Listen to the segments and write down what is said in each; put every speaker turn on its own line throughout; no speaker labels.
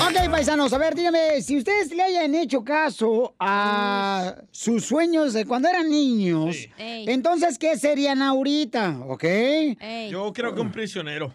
Ok, paisanos, a ver, díganme, si ustedes le hayan hecho caso a sus sueños de cuando eran niños,
Sí. Ey.
entonces, ¿qué serían ahorita? ¿Ok?
Eh.
Yo creo que un prisionero.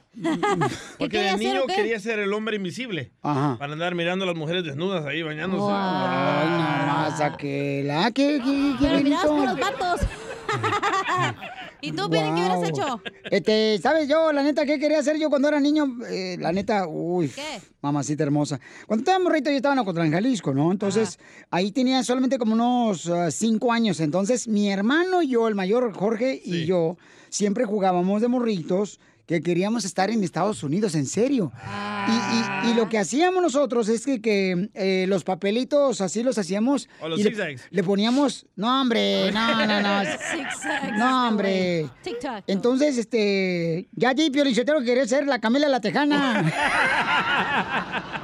Porque
quería
de
ser
niño
o qué?
quería ser el hombre invisible.
Ajá.
Para andar mirando a las mujeres desnudas ahí bañándose.
Ay, nomás aquela, que, que, que
Pero mirabas
bonito.
puros vatos. ¿Y tú, Piolín, qué hubieras
Guau.
hecho?
Este, ¿sabes yo, la neta, qué quería hacer yo cuando era niño? Eh, la neta, uy,
¿Qué?
mamacita hermosa. Cuando estaba morrito yo estaba en Ocotlán, Jalisco, ¿no? Entonces, ahí tenía solamente como unos ah, cinco años. Entonces, mi hermano y yo, el mayor Jorge y yo, siempre jugábamos de morritos que queríamos estar en Estados Unidos, en serio. Y,
Ah.
y- y lo que hacíamos nosotros es que, que, eh, los papelitos así los hacíamos.
O los
y le-
zigzags.
le poníamos, no hombre, Eh, no, no, no.
Zigzags,
No, hombre. Eh,
TikTok.
Entonces, este, ya di Piolichotero quería ser la Camila la Tejana.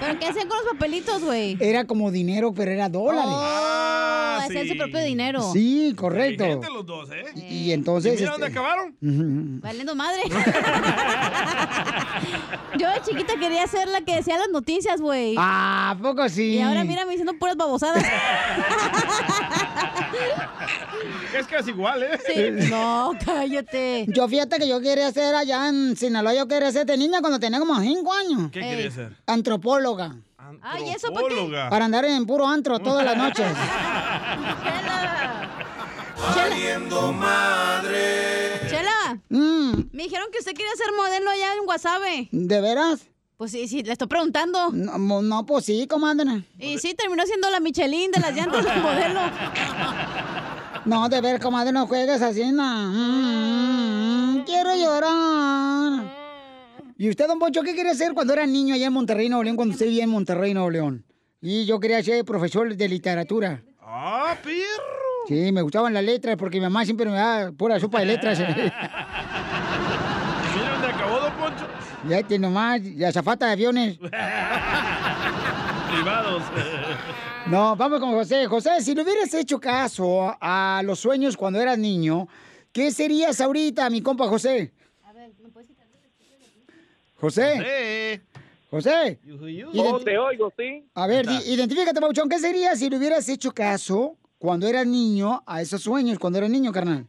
¿Pero qué hacían con los papelitos, güey?
Era como dinero, pero era dólares.
Oh, hacían su propio dinero.
Sí, correcto.
Inteligentes
Ah, los dos, ¿eh?
Y, y entonces. este,
¿Y mira dónde acabaron?
Ujú.
Valiendo madre. Yo de chiquita quería ser la que decía las noticias, güey.
Ah, ¿a poco sí.
Y ahora mírame diciendo puras babosadas.
Es casi igual, ¿eh?
No, cállate.
Yo fíjate que yo quería ser allá en Sinaloa, yo quería ser de niña cuando tenía como cinco años.
¿Qué quería ser? Ah.
Antropóloga.
Ay, ¿eso para qué?
Antropóloga.
Para andar en puro antro todas las noches.
Valiendo madre.
Chela,
Mm,
me dijeron que usted quería ser modelo allá en Guasave.
¿De veras?
Pues sí, sí, le estoy preguntando.
No, mo- no, pues sí, comadre.
Y sí, terminó siendo la Michelin de las llantas del modelo.
No, de ver, comadre, no juegues así, no. Mm, mm, quiero llorar. ¿Y usted, don Poncho, qué quería hacer cuando era niño allá en Monterrey, Nuevo León, cuando usted vivía en Monterrey, Nuevo León? Y yo quería ser profesor de literatura.
¡Ah, pirro!
Sí, me gustaban las letras porque mi mamá siempre me daba pura sopa de letras.
Mira dónde acabó, don Poncho.
ya te nomás, la zafata de aviones.
Privados.
No, vamos con José. José, si le hubieras hecho caso a los sueños cuando eras niño, ¿qué serías ahorita, mi compa José? José, José.
Oh, te oigo, sí.
A ver, di- identifícate, Pauchón, ¿qué sería si le hubieras hecho caso cuando eras niño a esos sueños, cuando eras niño, carnal?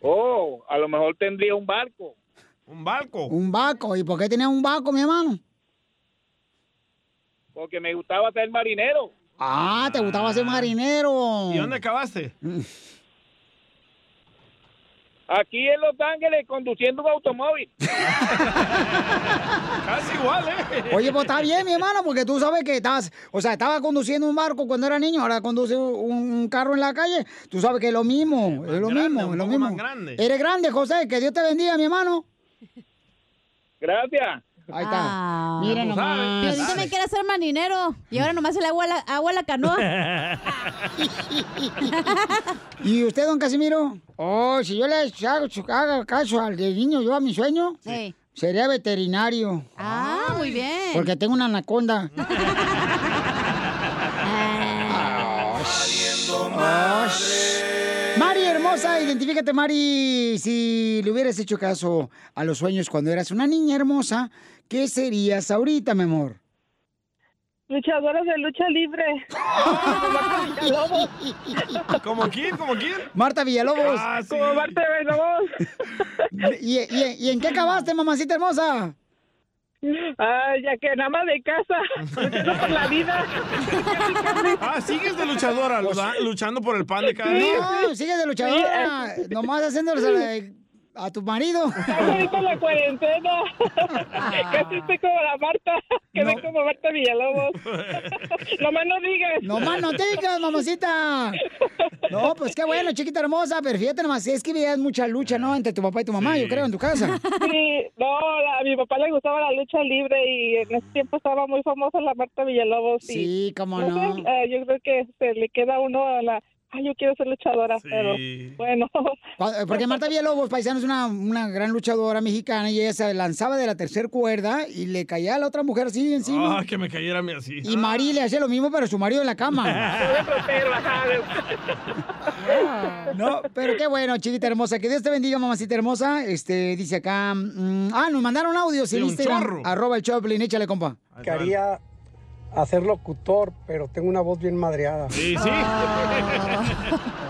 Oh, a lo mejor tendría un barco.
¿Un barco?
Un vaco. ¿Y por qué tenías un vaco, mi hermano?
Porque me gustaba ser marinero.
Ah, te gustaba ser marinero.
¿Y dónde
acabaste?
Aquí en Los Ángeles conduciendo un automóvil.
Casi igual, ¿eh?
Oye, pues está bien, mi hermano, porque tú sabes que estás, o sea, estaba conduciendo un barco cuando era niño, ahora conduce un, un carro en la calle. Tú sabes que es lo mismo, es lo mismo, es lo mismo.
grande.
Eres grande, José, que Dios te bendiga, mi hermano.
Gracias.
Ahí está.
Ah.
Pues, Mira
Ah.
nomás.
Pero yo también quiero ser marinero. Y ahora nomás se le agua a la, agua a la canoa.
¿Y usted, don Casimiro? Oh, si yo le hago haga caso al de niño, yo a mi sueño,
Sí.
sería veterinario.
Ah, muy bien.
Porque tengo una anaconda. Oh, sh- Mari hermosa, identifícate Mari, si le hubieras hecho caso a los sueños cuando eras una niña hermosa, ¿qué serías ahorita, mi amor?
Luchadoras de lucha libre.
¿Como quién? ¿Como quién?
Marta Villalobos.
Ah, sí. Como Marta
Villalobos. ¿Y, y, y en qué acabaste, mamacita hermosa?
Ay, Ah, ya que nada más de casa. por la vida.
Ah, sigues de luchadora,
Pues
luda- luchando por el pan de cada día.
No, sigue de luchadora, nomás haciéndoles a, la- a tu marido. Ah.
Ahorita la cuarentena. Casi estoy como la Marta. Quedé como Marta Villalobos. Nomás no digas.
Nomás no te digas, mamacita. No, pues qué bueno, chiquita hermosa, pero fíjate nomás, es que veías mucha lucha, ¿no? Entre tu papá y tu mamá, yo creo, en tu casa.
Sí, no, a mi papá le gustaba la lucha libre y en ese tiempo estaba muy famosa la Marta Villalobos. y-
Sí, cómo
sé, ah,
no.
eh, yo creo que se le queda a uno a la... ay, yo quiero ser luchadora, pero bueno.
Porque Marta Villalobos, paisano, es una, una gran luchadora mexicana y ella se lanzaba de la tercera cuerda y le caía a la otra mujer así encima.
Ah, que me cayera a mí así.
Y Mari le hacía lo mismo, pero su marido en la cama. No, pero qué bueno, chiquita hermosa. Que Dios te bendiga, mamacita hermosa. Este, dice acá. mm, ah, nos mandaron audios
Sí,
en
un
Instagram.
chorro.
Arroba el Choplin, échale, compa.
Quería hacer locutor, pero tengo una voz bien madreada. Sí, sí.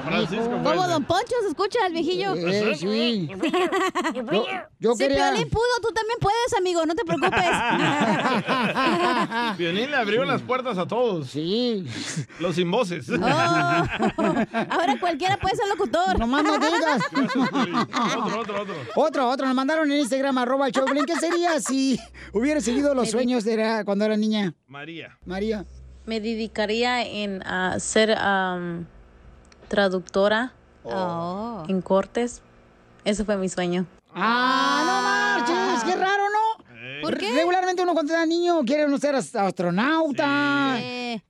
Francisco.
¿Cómo Don Poncho se escucha el viejillo?
Eh, sí.
Yo- yo
Si
quería-
Piolín pudo, tú también puedes, amigo, no te preocupes.
Ah, Violín le abrió las puertas a todos.
Sí. Ah.
Los sin voces.
Ahora cualquiera puede ser locutor.
Nomás no digas.
Otro, otro, otro.
Otro, otro, nos mandaron en Instagram, arroba el Choplin. ¿Qué sería si hubiera seguido los sueños de la- cuando era niña?
María.
María.
Me dedicaría en ah, ser am, traductora
Oh.
en cortes. Ese fue mi sueño.
¡Ah, no marches! ¡Qué raro, no!
¿Por qué?
Regularmente uno cuando era niño quiere uno ser as- astronauta.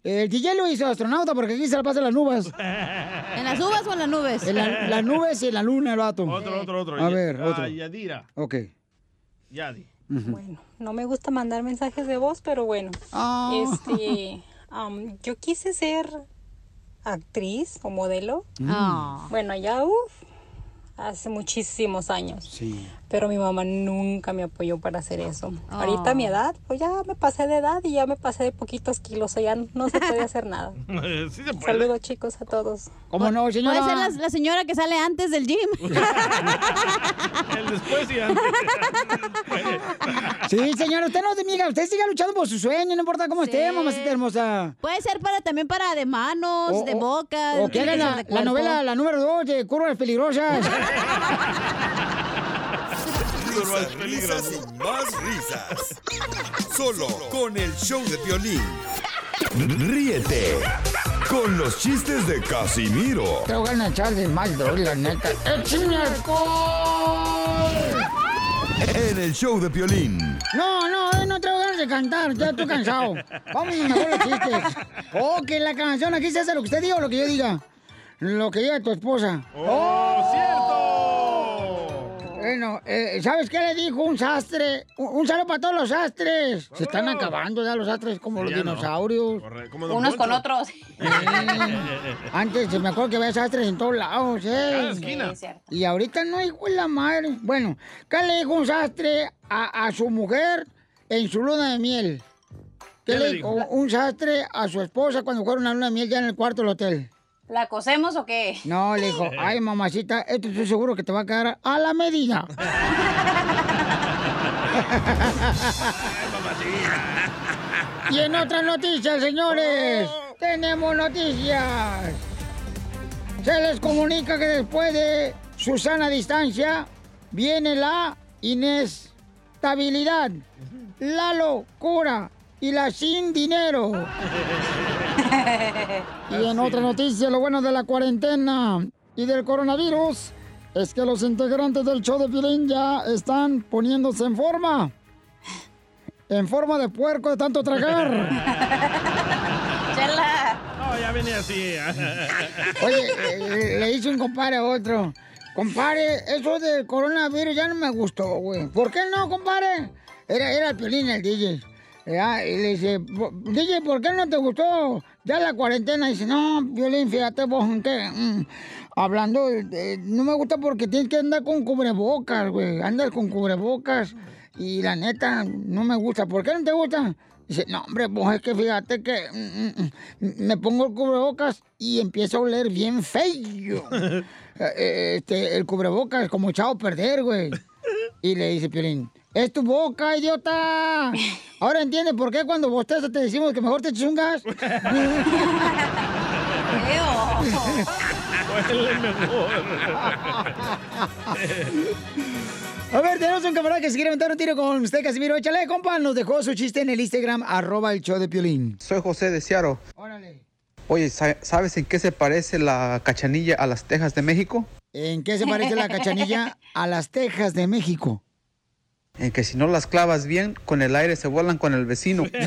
El DJ lo hizo astronauta porque aquí se la pasa en las nubes.
¿En las uvas o en las nubes?
En la- las nubes y en la luna el vato.
Otro, otro, otro.
A
Ya-
ver,
ah,
otro. Oh.
Yadira.
Ok.
Yadi.
Ujú.
No me gusta mandar mensajes de voz, pero bueno. Este, am, yo quise ser actriz o modelo.
Mm. Ah.
Bueno, allá, uff, hace muchísimos años.
Sí.
Pero mi mamá nunca me apoyó para hacer eso.
Ah.
Ahorita a mi edad, pues ya me pasé de edad y ya me pasé de poquitos kilos, o ya no se puede hacer nada.
Sí se puede.
Saludos chicos a todos.
¿Cómo no, señora?
Puede ser la, la señora que sale antes del gym.
El después y antes.
Sí, señora, usted no se mira, usted siga luchando por su sueño, no importa cómo esté, mamacita hermosa.
Puede ser para también para de manos,
O-
de
o-
boca.
O que haga la, la novela, la número dos de Curvas Peligrosas.
Risas, risas y más risas. Solo con el show de violín. Ríete con los chistes de Casimiro
Te voy a echar de mal, doy, la neta. ¡Eh, ¡Échame alcohol!
en el show de violín.
No, no, hoy no tengo ganas de cantar, ya estoy cansado. Vamos mejor los chistes. Oh, que la canción aquí se hace lo que usted diga o lo que yo diga. Lo que diga tu esposa.
¡Oh,
cierto! Bueno, eh, ¿sabes qué le dijo un sastre? Un, un saludo para todos los sastres. Se están acabando ya los sastres como los
ya no.
dinosaurios.
Correcto, como Don
Unos
Poncho.
con otros. Antes se me acuerdo que había sastres en todos lados, ¿eh?
Cada esquina. Sí, es cierto.
Y ahorita no, hijo de la madre. Bueno, ¿qué le dijo un sastre a, a su mujer en su luna de miel? ¿Qué, le dijo un sastre a su esposa cuando fueron a la luna de miel ya en el cuarto del hotel?
¿La cosemos o qué?
No, le dijo, ay mamacita, esto estoy seguro que te va a quedar a la medida. Y en otras noticias, señores, tenemos noticias. Se les comunica que después de su sana distancia viene la inestabilidad, la locura y la sin dinero. Y en otra noticia, lo bueno de la cuarentena y del coronavirus es que los integrantes del show de Piolín ya están poniéndose en forma. En forma de puerco de tanto tragar.
Chela.
No, ya venía así.
Oye, eh, le hice un compare a otro. Compare, eso del coronavirus ya no me gustó, güey. ¿Por qué no, compare? Era, era el Piolín el DJ. Ya, ah, y le dice, "Bo- DJ, ¿por qué no te gustó ya la cuarentena? dice, no, Piolín, fíjate vos en qué. mm, hablando, de- no me gusta porque tienes que andar con cubrebocas, güey. Andas con cubrebocas y la neta no me gusta. ¿Por qué no te gusta? Dice, no, hombre, pues es que fíjate que mm, mm, mm, me pongo el cubrebocas y empiezo a oler bien feo. Eh, eh, este, el cubrebocas como echado a perder, güey. Y le dice Piolín, es tu boca, idiota. Ahora entiendes por qué cuando bostezas te decimos que mejor te chungas.
Huele mejor.
A ver, tenemos un camarada que se quiere aventar un tiro con usted, Casimiro. Échale, compa, nos dejó su chiste en el Instagram, arroba el show de Piolín.
Soy José de Ciaro.
Órale.
Oye, ¿sa- ¿sabes en qué se parece la cachanilla a las tejas de México?
¿En qué se parece la cachanilla a las tejas de México?
En que si no las clavas bien, con el aire se vuelan con el vecino.
¡Cierto!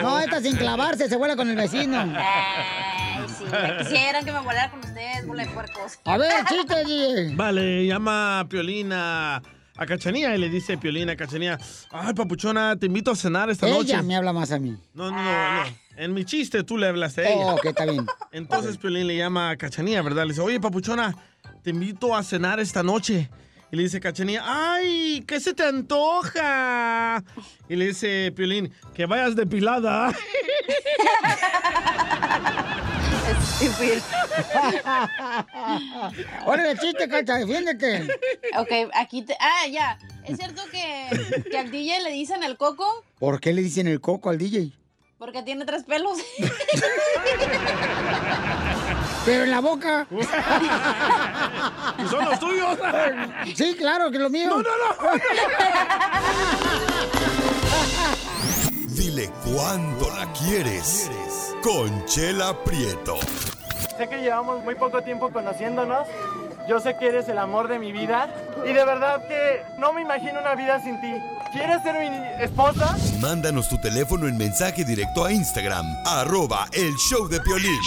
No, esta sin clavarse, se vuela con el vecino.
Ay, sí. ya Quisieran que me volara con ustedes, bola de puercos.
A ver, chiste,
Vale, llama a Piolina a Cachanía y le dice Piolina a Cachanía, ay, papuchona, te invito a cenar esta
Ella
noche.
me habla más a mí.
No, no, no, no. En mi chiste tú le hablaste a ella.
Oh, ok, está bien.
Entonces Piolín le llama a Cachanía, ¿verdad? Le dice, oye, papuchona, te invito a cenar esta noche. Y le dice Cachanía, ¡ay, qué se te antoja! Y le dice Piolín, que vayas depilada.
Órale, chiste, cacha, defiéndete.
Ok, aquí te... Ah, ya. ¿Es cierto que, que al DJ le dicen el coco
¿Por qué le dicen el coco al DJ?
porque tiene tres pelos?
Pero en la boca.
son los tuyos.
Sí, claro, que es lo mío. No, no,
Dile cuándo la quieres. Conchela Prieto.
Sé que llevamos muy poco tiempo conociéndonos. Yo sé que eres el amor de mi vida. Y de verdad que no me imagino una vida sin ti. ¿Quieres ser mi esposa?
Mándanos tu teléfono en mensaje directo a Instagram. Arroba el show de Piolín.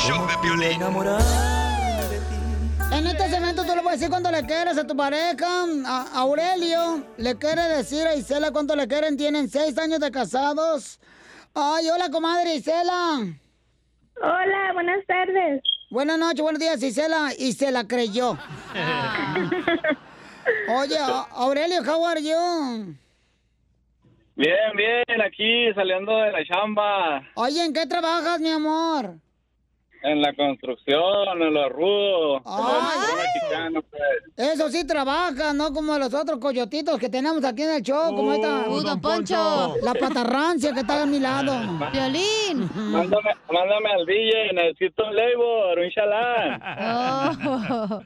En este segmento tú le puedes decir cuánto le quieres a tu pareja. A Aurelio le quiere decir a Isela cuánto le quieren. Tienen seis años de casados. Ay, hola, comadre Isela. Hola, buenas tardes. Buenas noches, buenos días, Isela. Y se la creyó. Oye, A- Aurelio, how are you?
Bien, bien, aquí saliendo de la chamba,
Oye, ¿en qué trabajas, mi amor?
en la construcción, en lo rudo.
Eso sí trabaja, no como los otros coyotitos que tenemos aquí en el show, como esta...
Uh, don Poncho.
La patarrancia que está a mi lado. Violín.
Mándame, mándame al DJ, necesito un labor, un chalán.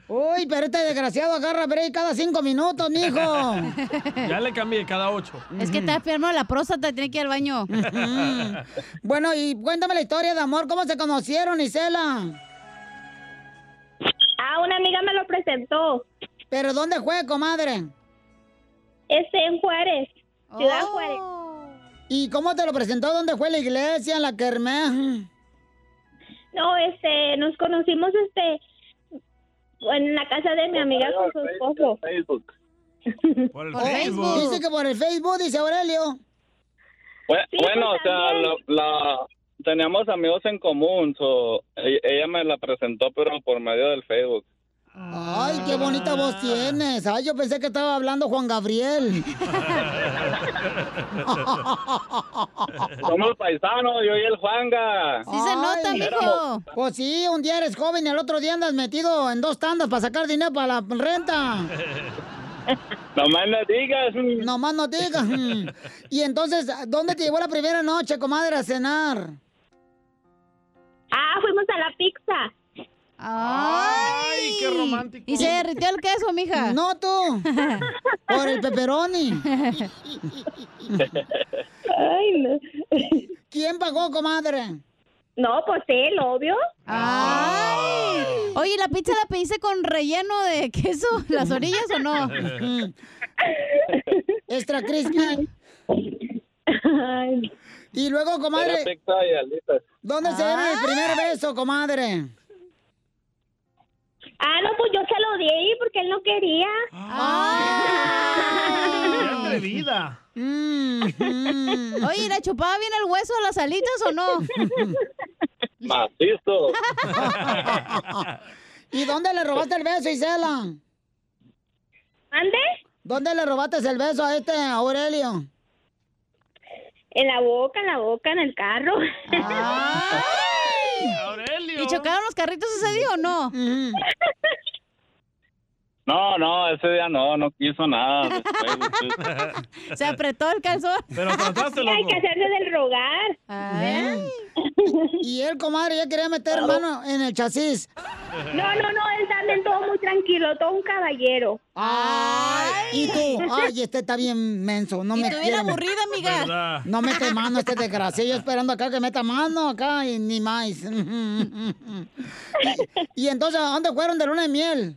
Uy, pero este desgraciado agarra break cada cinco minutos, mijo.
ya le cambié cada ocho.
Es que te enfermo la próstata, tiene que ir al baño.
Bueno, y cuéntame la historia de amor, ¿cómo se conocieron, Isela?
Ah, una amiga me lo presentó.
¿Pero dónde fue, comadre?
Este, en Juárez, Ciudad
Oh.
Juárez.
¿Y cómo te lo presentó? ¿Dónde fue la iglesia? ¿En la Kermés?
No, este, nos conocimos, este, en la casa de mi amiga con su esposo.
Por
el
Oh, Dice que por el Facebook, dice Aurelio.
Bueno, bueno, o sea, la, la- teníamos amigos en común, so, e- ella me la presentó, pero por medio del Facebook.
Ay, qué bonita voz tienes. Ay, yo pensé que estaba hablando Juan Gabriel.
Somos paisanos, yo y el Juanga.
Ay, Pues sí, un día eres joven y al otro día andas metido en dos tandas para sacar dinero para la renta.
Nomás no digas.
Nomás no digas. mm. Y entonces, ¿dónde te llevó la primera noche, comadre, a cenar?
Ah, fuimos a la pizza.
Ah,
Ah.
¡Ay, qué romántico! ¿Y se derritió el queso, mija?
No, tú. Por el pepperoni.
Ay, no.
¿Quién pagó, comadre?
No, pues él, obvio.
¡Ay! Oye, ¿la pizza la pediste con relleno de queso? ¿Las orillas o no?
Mm. Extra crispy. Y luego,
Era
comadre,
pizza y alitas.
¿dónde se dieron el primer beso, comadre?
Ah, no, pues yo se lo di porque él no quería.
Ah.
atrevida!
Mm. Oye, ¿y ¿la chupaba bien el hueso de las alitas o no?
Macizo.
¿Y dónde le robaste el beso, Isela?
¿Mande?
¿Dónde le robaste el beso a este Aurelio?
En la boca, en la boca, en el carro.
¿Y chocaron los carritos ese día o no?
Mm.
No, no, ese día no, no quiso nada. después.
Se apretó el calzón.
Pero trataste, loco. Hay que
hacerse del rogar.
Y él, comadre, ya quería meter mano en el chasis.
No, no, no, él también todo muy tranquilo, todo un caballero.
Y tú, ay, este está bien menso, no
Y
me
tú bien
quiere.
aburrida, amiga. ¿Verdad?
No mete mano este desgraciado, yo esperando acá que meta mano acá y ni más. y entonces, ¿a dónde fueron de luna de miel? Oh.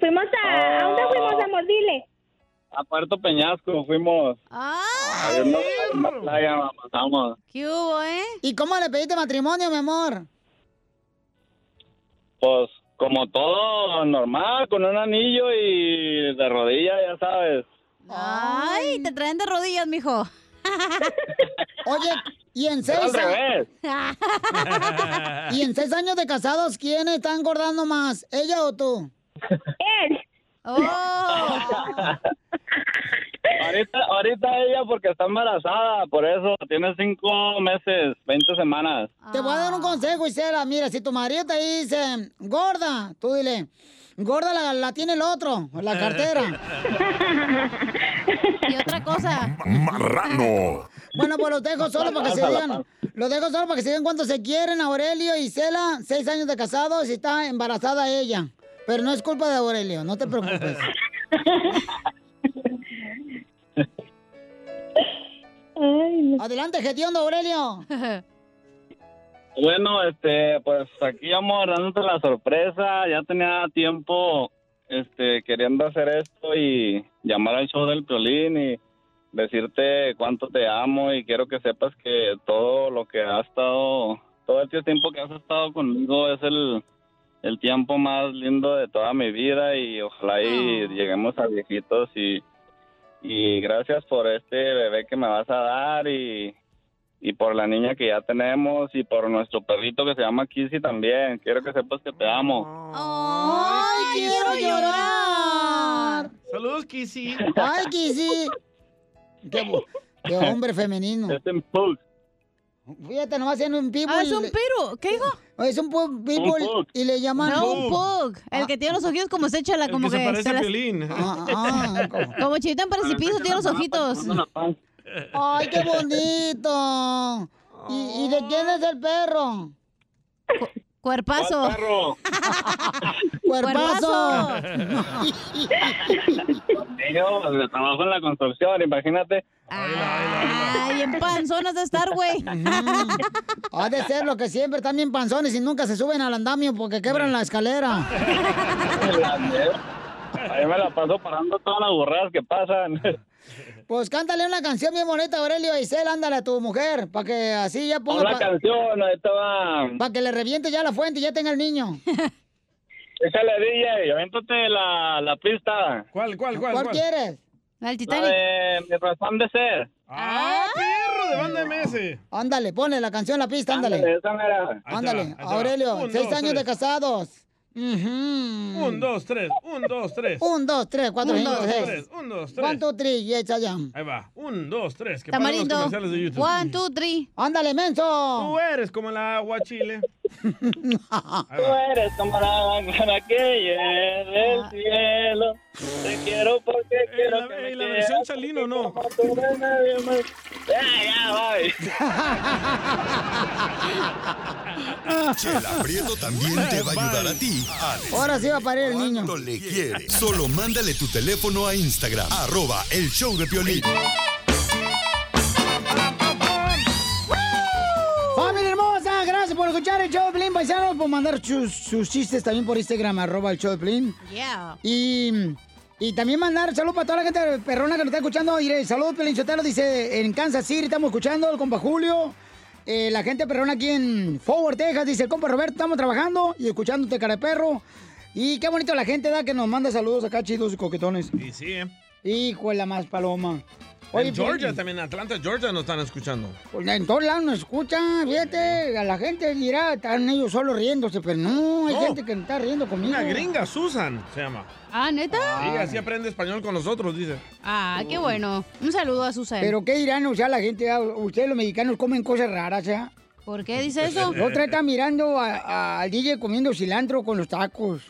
Fuimos a... ¿A dónde fuimos, amor? Dile.
A Puerto Peñasco fuimos.
¡Ay!
playa, mamá, vamos.
¿Qué hubo, eh?
¿Y cómo le pediste matrimonio, mi amor?
Pues como todo normal, con un anillo y de rodillas, ya sabes.
Ay, te traen de rodillas, mijo.
Oye, y en seis
al revés.
a- y en seis años de casados, ¿quién está engordando más? ¿Ella o tú? Oh. Él.
Ahorita, ahorita ella porque está embarazada, por eso tiene cinco meses, 20 semanas.
Te voy a dar un consejo, Isela. Mira, si tu marido te dice, gorda, tú dile, gorda la, la tiene el otro, la cartera.
y otra cosa.
Marrano.
Bueno, pues los dejo solo para que se
Pásala,
digan. Los dejo solo para que se digan cuánto se quieren, Aurelio y Isela. Seis años de casados y está embarazada ella. Pero no es culpa de Aurelio, no te preocupes. Adelante, gestión Aurelio.
Bueno, este, pues aquí vamos dándote la sorpresa. Ya tenía tiempo este, queriendo hacer esto y llamar al show del violín y decirte cuánto te amo y quiero que sepas que todo lo que has estado, todo este tiempo que has estado conmigo es el, el tiempo más lindo de toda mi vida y ojalá y lleguemos a viejitos y, y gracias por este bebé que me vas a dar y, y por la niña que ya tenemos y por nuestro perrito que se llama Kissy también. Quiero que sepas que te amo.
¡Ay, quiero llorar!
Saludos, Kissy.
¡Ay, Kissy! Qué, bu- qué hombre femenino. Fíjate, nomás en un people.
Ah, es un piru. ¿Qué dijo?
Es un pu- people
pug.
y le llaman...
No, un pug. El que tiene los ojillos como se echa la como
que se parece
se
a
las-
Piolín. Ah, ah,
como chivito en precipicio tiene los ojitos. Ah.
¡Ay, qué bonito! ¿Y, y de quién es el perro?
Cuerpazo.
¿Cuál perro? ¡Cuerpazo!
Yo pues, trabajo en la construcción, imagínate.
Ay, en panzonas de estar, güey.
Ha de ser lo que siempre, están bien panzones y nunca se suben al andamio porque quebran la escalera.
Ahí me la paso parando todas las burradas que pasan.
Pues cántale una canción bien bonita, Aurelio Isel, ándale a tu mujer, para que así ya ponga...
Una canción, ahí te va.
Para que le reviente ya la fuente y ya tenga el niño.
Échale, DJ, avéntate la, la pista.
¿Cuál,
¿Cuál, quieres?
La del
La de mi razón de ser.
¡Ah, perro! De banda MS.
Ándale, ponle la canción en la pista, ándale.
Ándale, esa mera.
Ándale,
Ahí te va, ahí te va.
Aurelio,
Un,
seis
dos,
años de
tres.
casados.
Un, dos, tres. Un, dos, tres.
Mm. Un, dos, tres, cuatro,
Un,
cinco,
dos,
seis.
tres, un, dos, tres.
One, two, three, yes, I am.
Ahí va. Un, dos, tres. Que paren los
Tamarindo.
comerciales de YouTube.
One,
two, three.
Ándale, menso.
Tú eres como el agua chile. Ah.
Tú eres como la banana que llena el
Ah.
cielo. Te quiero porque quiero que me
¿Y Eh, la versión
quieras.
chalino no?
Tú eres nadie más. Ya,
Chela Prieto también te va a ayudar a ti a decir
Ahora sí va a parir el niño.
cuánto le quieres. Solo mándale tu teléfono a Instagram, arroba el show de Piolín.
Ah, ¡Familia hermosa! Gracias por escuchar el show de Plin, paisanos, por mandar sus, sus chistes también por Instagram, arroba el show de Plin.
Yeah.
Y, y también mandar saludos para toda la gente perrona que nos está escuchando. Mire, saludos, Pelín Sotelo, dice, en Kansas City estamos escuchando, el compa Julio. Eh, la gente perrona aquí en Forward, Texas, dice, el compa Roberto, estamos trabajando y escuchándote, cara de perro. Y qué bonito la gente da que nos manda saludos acá, chidos y coquetones.
Y sí, ¿eh?
Hijo de la más paloma.
en Georgia también, en Atlanta, Georgia nos están escuchando.
Pues en todos lados nos escuchan, fíjate, a la gente dirá, están ellos solo riéndose, pero no, hay
No.
gente que no está riendo conmigo.
Una gringa, Susan, se llama.
Ah, neta.
Sí, así aprende español con nosotros, dice.
Ah, qué bueno. Un saludo a Susan.
Pero qué dirán, o sea, la gente, ah, ustedes los mexicanos comen cosas raras, ¿ya?
¿Por qué dice eso?
La otra está mirando a- a- al DJ comiendo cilantro con los tacos.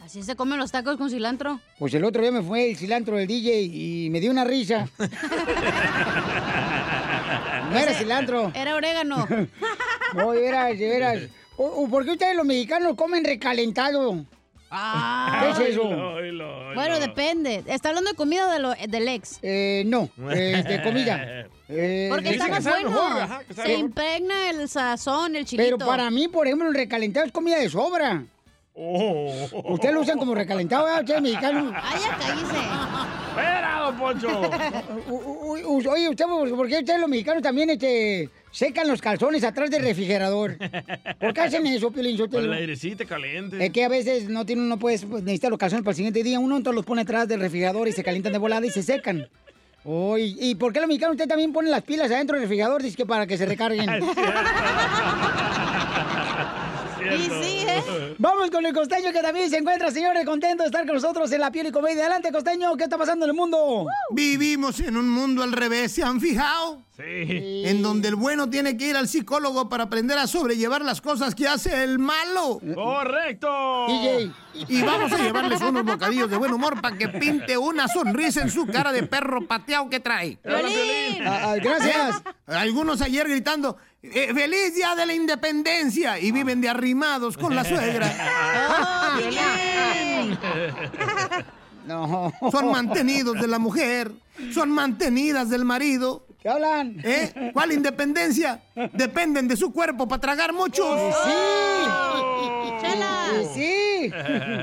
Así se comen los tacos con cilantro.
Pues el otro día me fue el cilantro del DJ y me dio una risa. No era cilantro.
Era orégano.
No, de veras, de veras. O- o ¿Por qué ustedes los mexicanos comen recalentado?
Ah.
¿Qué es eso?
Bueno, depende. ¿Está hablando de comida o de lo- del ex?
Eh, no, eh, de comida. Eh,
Porque está más bueno. se impregna el sazón, el chiquito.
Pero para mí, por ejemplo, el recalentado es comida de sobra. Ustedes lo usan como recalentado, ¿verdad? Ustedes mexicanos.
Ay, ya cállese.
¡Fuera, don Poncho!
U- u- u- Oye, usted, ¿por qué ustedes los mexicanos también este, secan los calzones atrás del refrigerador? ¿Por qué hacen eso, Piolín? Sotelo?
Con el airecito caliente.
Es que a veces no tiene uno, pues, pues, necesita los calzones para el siguiente día. Uno entonces los pone atrás del refrigerador y se calientan de volada y se secan. Oh, ¿y, y por qué los mexicanos usted también ponen las pilas adentro del refrigerador? Dice que para que se recarguen.
Cierto.
Vamos con el costeño que también se encuentra, señores, contento de estar con nosotros en la piel y comedia. Adelante, costeño, ¿qué está pasando en el mundo?
Vivimos en un mundo al revés, ¿se han fijado?
Sí.
En donde el bueno tiene que ir al psicólogo para aprender a sobrellevar las cosas que hace el malo.
¡Correcto!
Y vamos a llevarles unos bocadillos de buen humor para que pinte una sonrisa en su cara de perro pateado que trae. Eh,
¡Hola, Piolín! Ah, ah,
gracias.
Algunos ayer gritando, eh, ¡Feliz Día de la Independencia! Y viven de arrimados con la Oh, suegra.
No.
Son mantenidos de la mujer, son mantenidas del marido.
¿Qué hablan?
¿Eh? ¿Cuál independencia? Dependen de su cuerpo para tragar mucho.
¡Sí! ¡Sí!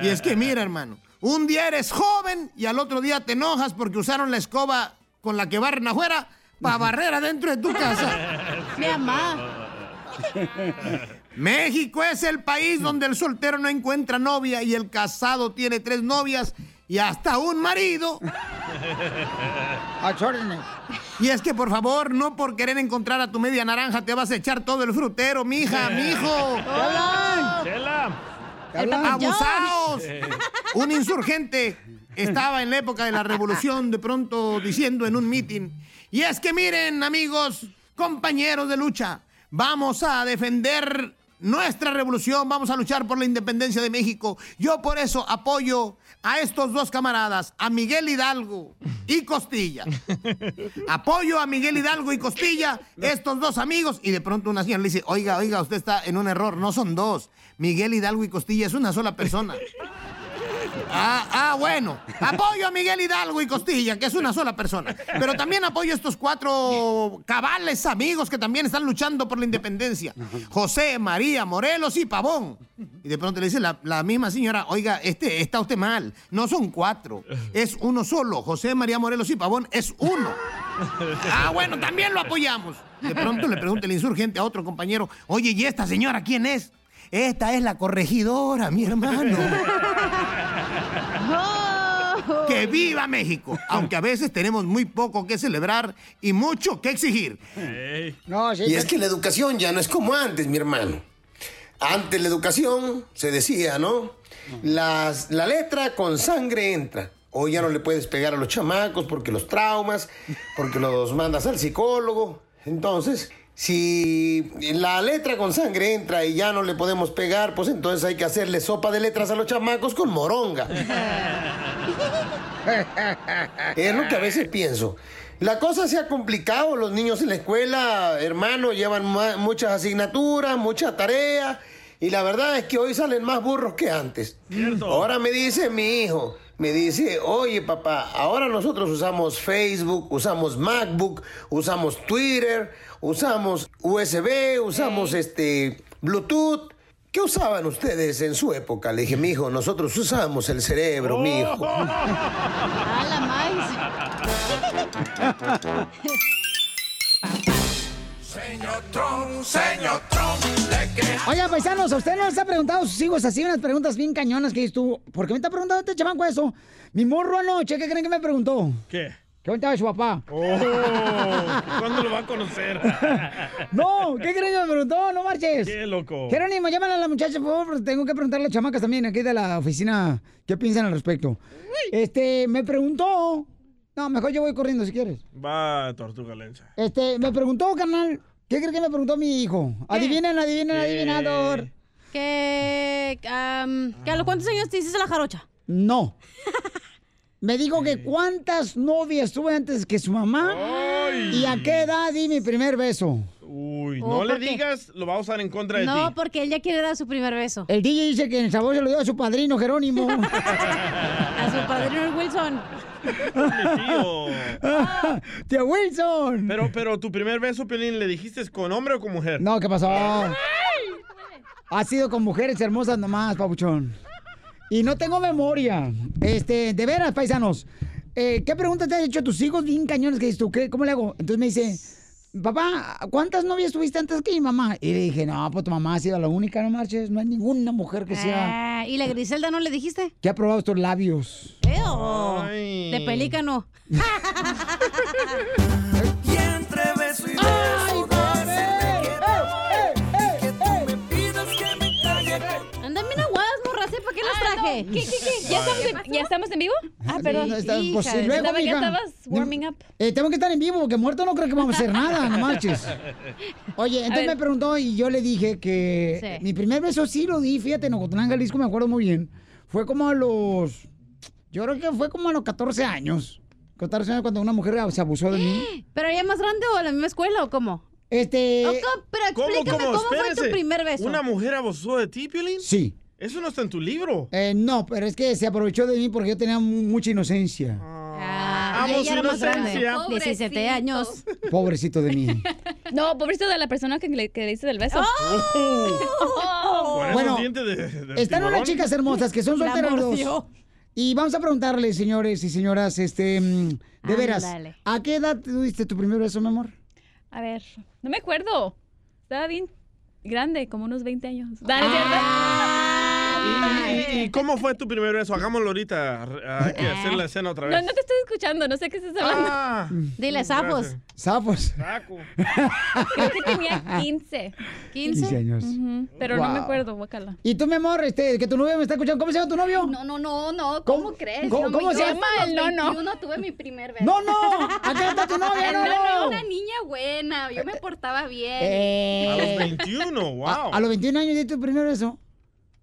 Y es que mira, hermano, un día eres joven y al otro día te enojas porque usaron la escoba con la que barren afuera para barrer adentro de tu casa.
Mi mamá.
México es el país donde el soltero no encuentra novia y el casado tiene tres novias y hasta un marido.
Ah,
Y es que por favor, no por querer encontrar a tu media naranja te vas a echar todo el frutero, mija, mijo.
Hola. Chela. Hablan.
¡Abusados!
Sí.
Un insurgente estaba en la época de la revolución de pronto diciendo en un mitin, y es que miren amigos, compañeros de lucha, vamos a defender nuestra revolución, vamos a luchar por la independencia de México. Yo por eso apoyo a estos dos camaradas, a Miguel Hidalgo y Costilla. Apoyo a Miguel Hidalgo y Costilla, estos dos amigos. Y de pronto una señora le dice, oiga, oiga, usted está en un error, no son dos. Miguel Hidalgo y Costilla es una sola persona. Ah, ah, bueno. Apoyo a Miguel Hidalgo y Costilla, que es una sola persona. Pero también apoyo a estos cuatro cabales amigos que también están luchando por la independencia. José, María, Morelos y Pavón. Y de pronto le dice la, la misma señora, oiga, este, está usted mal. No son cuatro, es uno solo. José, María, Morelos y Pavón es uno. Ah, bueno, también lo apoyamos. De pronto le pregunta el insurgente a otro compañero, oye, ¿y esta señora quién es? Esta es la corregidora, mi hermano. ¡Que viva México! Aunque a veces tenemos muy poco que celebrar y mucho que exigir.
y es que la educación ya no es como antes, mi hermano. Antes la educación se decía, ¿no? Las- la letra con sangre entra. Hoy ya no le puedes pegar a los chamacos porque los traumas, porque los mandas al psicólogo. Entonces, si la letra con sangre entra y ya no le podemos pegar, pues entonces hay que hacerle sopa de letras a los chamacos con moronga. Es lo que a veces pienso. La cosa se ha complicado, los niños en la escuela, hermano, llevan ma- muchas asignaturas, muchas tareas, y la verdad es que hoy salen más burros que antes. Ahora me dice mi hijo, me dice, oye papá, ahora nosotros usamos Facebook, usamos MacBook, usamos Twitter, usamos USB, usamos este Bluetooth. ¿Qué usaban ustedes en su época? Le dije, mi hijo, nosotros usamos el cerebro, mi hijo.
¡A la Señor Trump, señor Trump, le que
Oiga, paisanos, ¿a usted no les ha preguntado a sus hijos así unas preguntas bien cañonas que dices tú? ¿Por qué me está preguntando este chamaco eso? Mi morro anoche, ¿qué creen que me preguntó?
¿Qué?
¿Qué contaba su papá?
Oh, ¿Cuándo lo va a conocer?
No, ¿qué creen que me preguntó? No marches.
Qué loco.
Jerónimo, llámale a la muchacha, por favor, porque tengo que preguntarle a las chamacas también aquí de la oficina qué piensan al respecto. Este, me preguntó. No, mejor yo voy corriendo si quieres.
Va, tortuga lencha.
Este, me preguntó, carnal. ¿Qué creen que me preguntó mi hijo? Adivinen, adivinen,
¿Qué?
adivinador.
Que, am, que a los cuántos años te hiciste la jarocha.
No. Me dijo que cuántas novias tuve antes que su mamá y a qué edad di mi primer beso.
Uy,
Oh,
no le
¿por qué?
digas, lo va a usar en contra de
No,
ti.
porque él ya quiere dar su primer beso.
El DJ dice que el sabor se lo dio a su padrino Jerónimo. pues,
A su padrino el Wilson.
¡Tía Wilson!
Pero, pero tu primer beso, Piolín, ¿le dijiste con hombre o con mujer?
No, ¿qué pasó? Oh. Ha sido con mujeres hermosas nomás, papuchón. Y no tengo memoria. Este, de veras, paisanos. eh, ¿qué pregunta te han hecho tus hijos bien cañones que dices tú? ¿Qué, ¿Cómo le hago? Entonces me dice, papá, ¿cuántas novias tuviste antes que mi mamá? Y le dije, no, pues tu mamá ha sido la única, no marches, no hay ninguna mujer que sea...
Ah, ¿Y la Griselda no le dijiste?
que ha probado estos labios.
¡Eo! De pelícano.
Y entre beso y beso,
Andan bien aguadas, morras, ¿eh? ¿Para qué las
Ah, no.
traje?
¿Qué, qué, qué? ¿Ya estamos en- ya estamos en vivo? Ah, perdón.
No, está- pues,
Hija,
y luego,
estaba- ya
mija.
estabas warming up.
Eh, tengo que estar en vivo, porque muerto no creo que vamos a hacer nada, no marches. Oye,
A
entonces
ver.
me preguntó y yo le dije que
Sí.
mi primer beso sí lo di, fíjate, en Ocotlán, Jalisco, me acuerdo muy bien. Fue como a los. Yo creo que fue como a los 14 años. 14 años cuando una mujer se abusó de mí.
¿Pero ya más grande o a la misma escuela o cómo?
Este.
O co- Pero explícame cómo, fue tu
Espérese.
primer beso.
¿Una mujer abusó de ti, Piolín?
Sí.
Eso no está en tu libro.
Eh, no, pero es que se aprovechó de mí porque yo tenía mu- mucha inocencia.
Ah,
Amo
ya
su
era más grande,
inocencia.
17 años.
Pobrecito de mí.
No, pobrecito de la persona que le, que le diste del beso.
¡Oh!
Oh.
Oh.
Con esos
Bueno,
dientes de- de
Están
tiburón.
unas chicas hermosas que son
La
solteras los
mordió.
dos. Y vamos a preguntarles, señores y señoras, este, mm, de
Ah,
veras,
Ándale.
¿a qué edad tuviste tu primer beso, mi amor?
A ver, no me acuerdo. Estaba bien grande, como unos 20 años. Dale,
Ah,
¿Y, y- y cómo fue tu primer beso? Hagámoslo ahorita. Hay que hacer la escena otra
No,
vez.
no te estoy escuchando, no sé qué estás hablando.
Dile, sapos.
Ah. Sapos.
Creo que tenía 15.
15 años.
Ujú, Pero no me
Wow.
acuerdo, guacala.
Y tú, mi amor, este, que tu novio me está escuchando, ¿cómo se llama tu novio?
No, no, no, no. ¿Cómo,
¿Cómo-
crees?
cómo-
No me-
cómo se
yo
llama
hasta
el
los
nono?
21 tuve mi primer beso.
No, no, acá está tu novia, no,
no,
no.
una niña buena. Yo me portaba bien.
Eh.
A los 21, wow.
A, a los 21 años diste tu primer beso.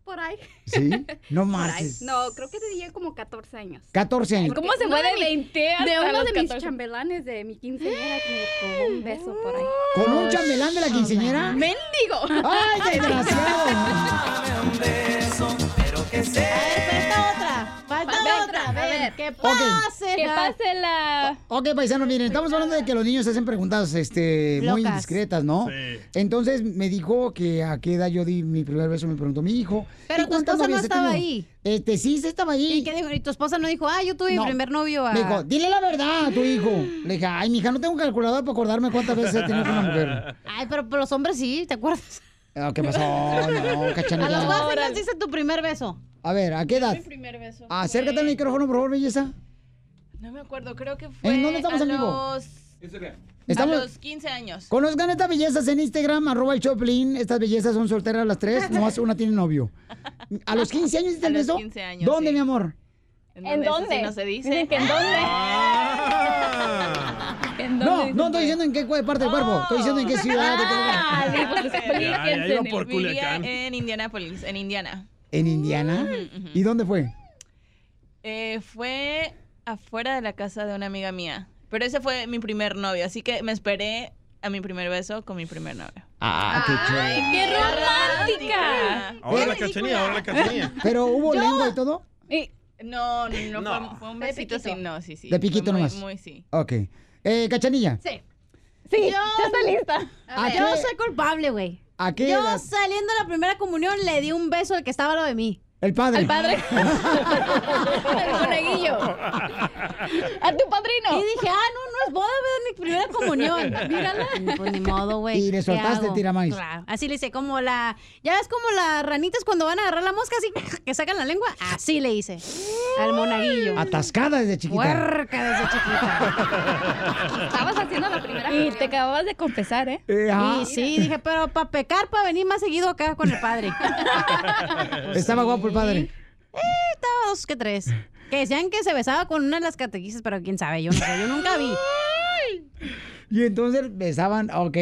Por ahí.
Sí, no
por ahí.
marches.
No, creo que tenía como 14 años.
14 años.
Porque
¿Cómo se
uno
fue de
mi-
20 hasta
De uno
los
de mis
14?
chambelanes de mi quinceañera que me tomó un beso por ahí.
¿Con un chambelán de la quinceañera?
¡Mendigo!
¡Ay, desgraciado!
Falta otra. Falta otra. A ver, ¿qué pase?
Que pase la...
Ok, paisanos, miren, estamos hablando de que los niños hacen preguntas este, muy
Locas.
indiscretas, ¿no? Entonces me dijo que a qué edad yo di mi primer beso, me preguntó mi hijo.
Pero
¿y
tu
cuántas
esposa no
novias he
estaba
tenido?
ahí.
Este, sí, sí estaba ahí.
¿Y qué dijo? ¿Y tu esposa no dijo, ah, yo tuve
No.
mi primer novio a...
Me dijo, dile la verdad a tu hijo. Le dije, ay, mija, no tengo calculador para acordarme cuántas veces he tenido con una mujer.
Ay, pero, pero los hombres sí, ¿te acuerdas?
Ah, ¿Qué pasó? No,
A los
cachanilla.
12 años hice tu primer beso.
A ver, ¿a qué edad?
primer beso.
Acércate al micrófono, por favor, belleza.
No me acuerdo, creo que
fue dónde estamos
a
en vivo?
los...
Estamos-
A los 15 años.
Conozcan estas bellezas en Instagram, arroba el Choplin. Estas bellezas son solteras las tres, nomás una tiene novio. ¿A los 15 años hiciste
A
el
los
beso?
15 años,
¿Dónde, mi amor?
¿En dónde? no se dice. Dicen que en dónde.
Ah.
¿En
No, no estoy diciendo en qué cu- parte del cuerpo, estoy diciendo en qué ciudad. de qué
Ah,
lugar.
pues,
Ya, ya iba por
Vivía
Culiacán.
en Indianápolis, en Indiana.
¿En Indiana?
Mm,
¿Y dónde fue?
Eh, fue afuera de la casa de una amiga mía. Pero ese fue mi primer novio, así que me esperé a mi primer beso con mi primer novio.
Ah, qué chévere.
¡Qué
romántica!
Ahora la
Qué
cachanilla, ahora la cachanilla.
¿Pero hubo
Yo-
lengua y todo?
No, no, no,
No.
Fue, fue un besito, sí, no, sí, sí.
De piquito
Fue muy-
nomás.
Muy, sí.
Ok. Eh, Cachanilla,
Sí.
Sí,
ya está lista.
¿A qué-
Yo soy culpable, güey.
¿a qué
Yo
edad?
saliendo de la primera comunión le di un beso al que estaba al lado de mí.
El padre.
Al padre.
El monaguillo.
A tu padrino. Y dije, ah, no, no es boda, es mi primera comunión. Mírala. Y Pues ni modo, güey.
Y le
¿qué
soltaste
hago?
tiramais.
Claro. Así le hice, como la. Ya ves como las ranitas cuando van a agarrar la mosca, así que sacan la lengua. Así le hice. Al monaguillo.
Atascada desde chiquita.
Puerca desde chiquita.
Estabas
haciendo la primera
Y te acababas de confesar, ¿eh?
Eh, ajá.
Y sí, dije, pero para pecar, para venir más seguido acá con el padre.
Estaba guapo el padre.
Eh, estaba dos que tres. Que decían que se besaba con una de las catequistas, pero quién sabe, yo no sé, yo nunca vi.
Y entonces besaban, ah, ok.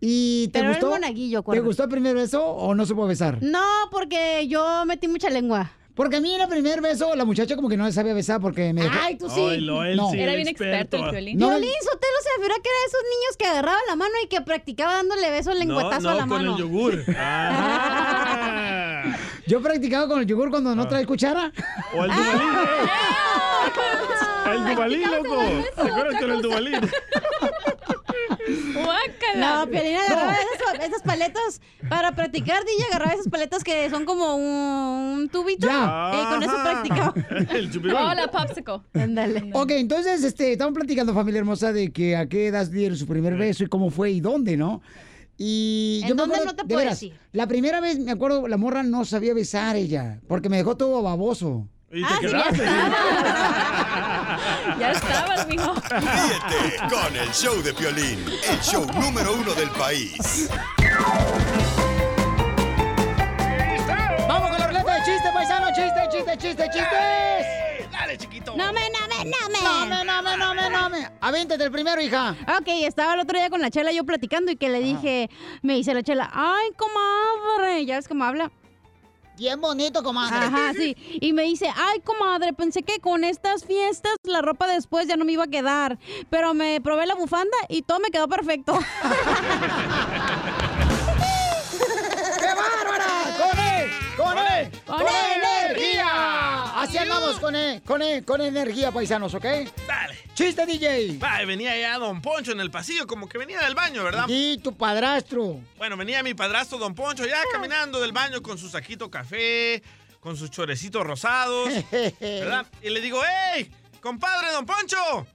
¿Y te
Pero era el
gustó?
monaguillo,
¿Te
acuérdate.
gustó el primer beso o no se puede besar?
No, porque yo metí mucha lengua.
Porque a mí en el primer beso la muchacha como que no sabía besar porque me dejó...
Ay, tú sí. Ay, lo, él sí,
Era bien experto el violín.
No,
Violín Sotelo se afirmó que era de esos niños que agarraba la mano y que practicaba dándole besos lengüetazo a la
con
mano.
el yogur.
Yo practicaba con el yogur cuando no trae cuchara.
O el
Ah.
dubalín. El dubalín, loco. ¿Te acuerdas con el dubalín?
No, Piolín agarraba esas, esas paletas para practicar. DJ agarraba esas paletas que son como un, un tubito.
Ya.
Y con eso practicaba.
El
Hola, popsicle.
Ándale.
Ok, entonces este, estamos platicando, familia hermosa, de que a qué edad dieron su primer beso y cómo fue y dónde, ¿no? Y
¿En
yo me
dónde
acuerdo,
no te
de
puedo
veras,
decir?
La primera vez, me acuerdo, la morra no sabía besar ella, porque me dejó todo baboso.
Y te
Ah, sí, ya
quedaste.
Ya estabas, mijo.
Ríete con el show de Piolín, el show número uno del país.
¡Vamos con la ruleta de chistes, paisano! ¡Chiste, chiste, chiste, chistes!
¡Dale, chiquito!
¡No me, no me, no me!
¡No me, no me, no me, no me! ¡Aviéntate el primero, hija!
Ok, estaba el otro día con la chela yo platicando y que le dije, me dice la chela, ¡ay, comadre! ¿Ya ves cómo habla?
Bien bonito, comadre.
Ajá, sí. Y me dice, ay, comadre, pensé que con estas fiestas la ropa después ya no me iba a quedar. Pero me probé la bufanda y todo me quedó perfecto.
¡Qué bárbara! ¡Con él! ¡Con él!
¡Con energía!
Así andamos con, e- con, e- con energía, paisanos, ¿ok?
Dale.
¡Chiste, DJ!
Va, y venía ya Don Poncho en el pasillo, como que venía del baño, ¿verdad?
Y tu padrastro.
Bueno, venía mi padrastro Don Poncho ya caminando del baño con su saquito café, con sus chorecitos rosados, ¿verdad? Y le digo, ¡Ey, compadre Don Poncho!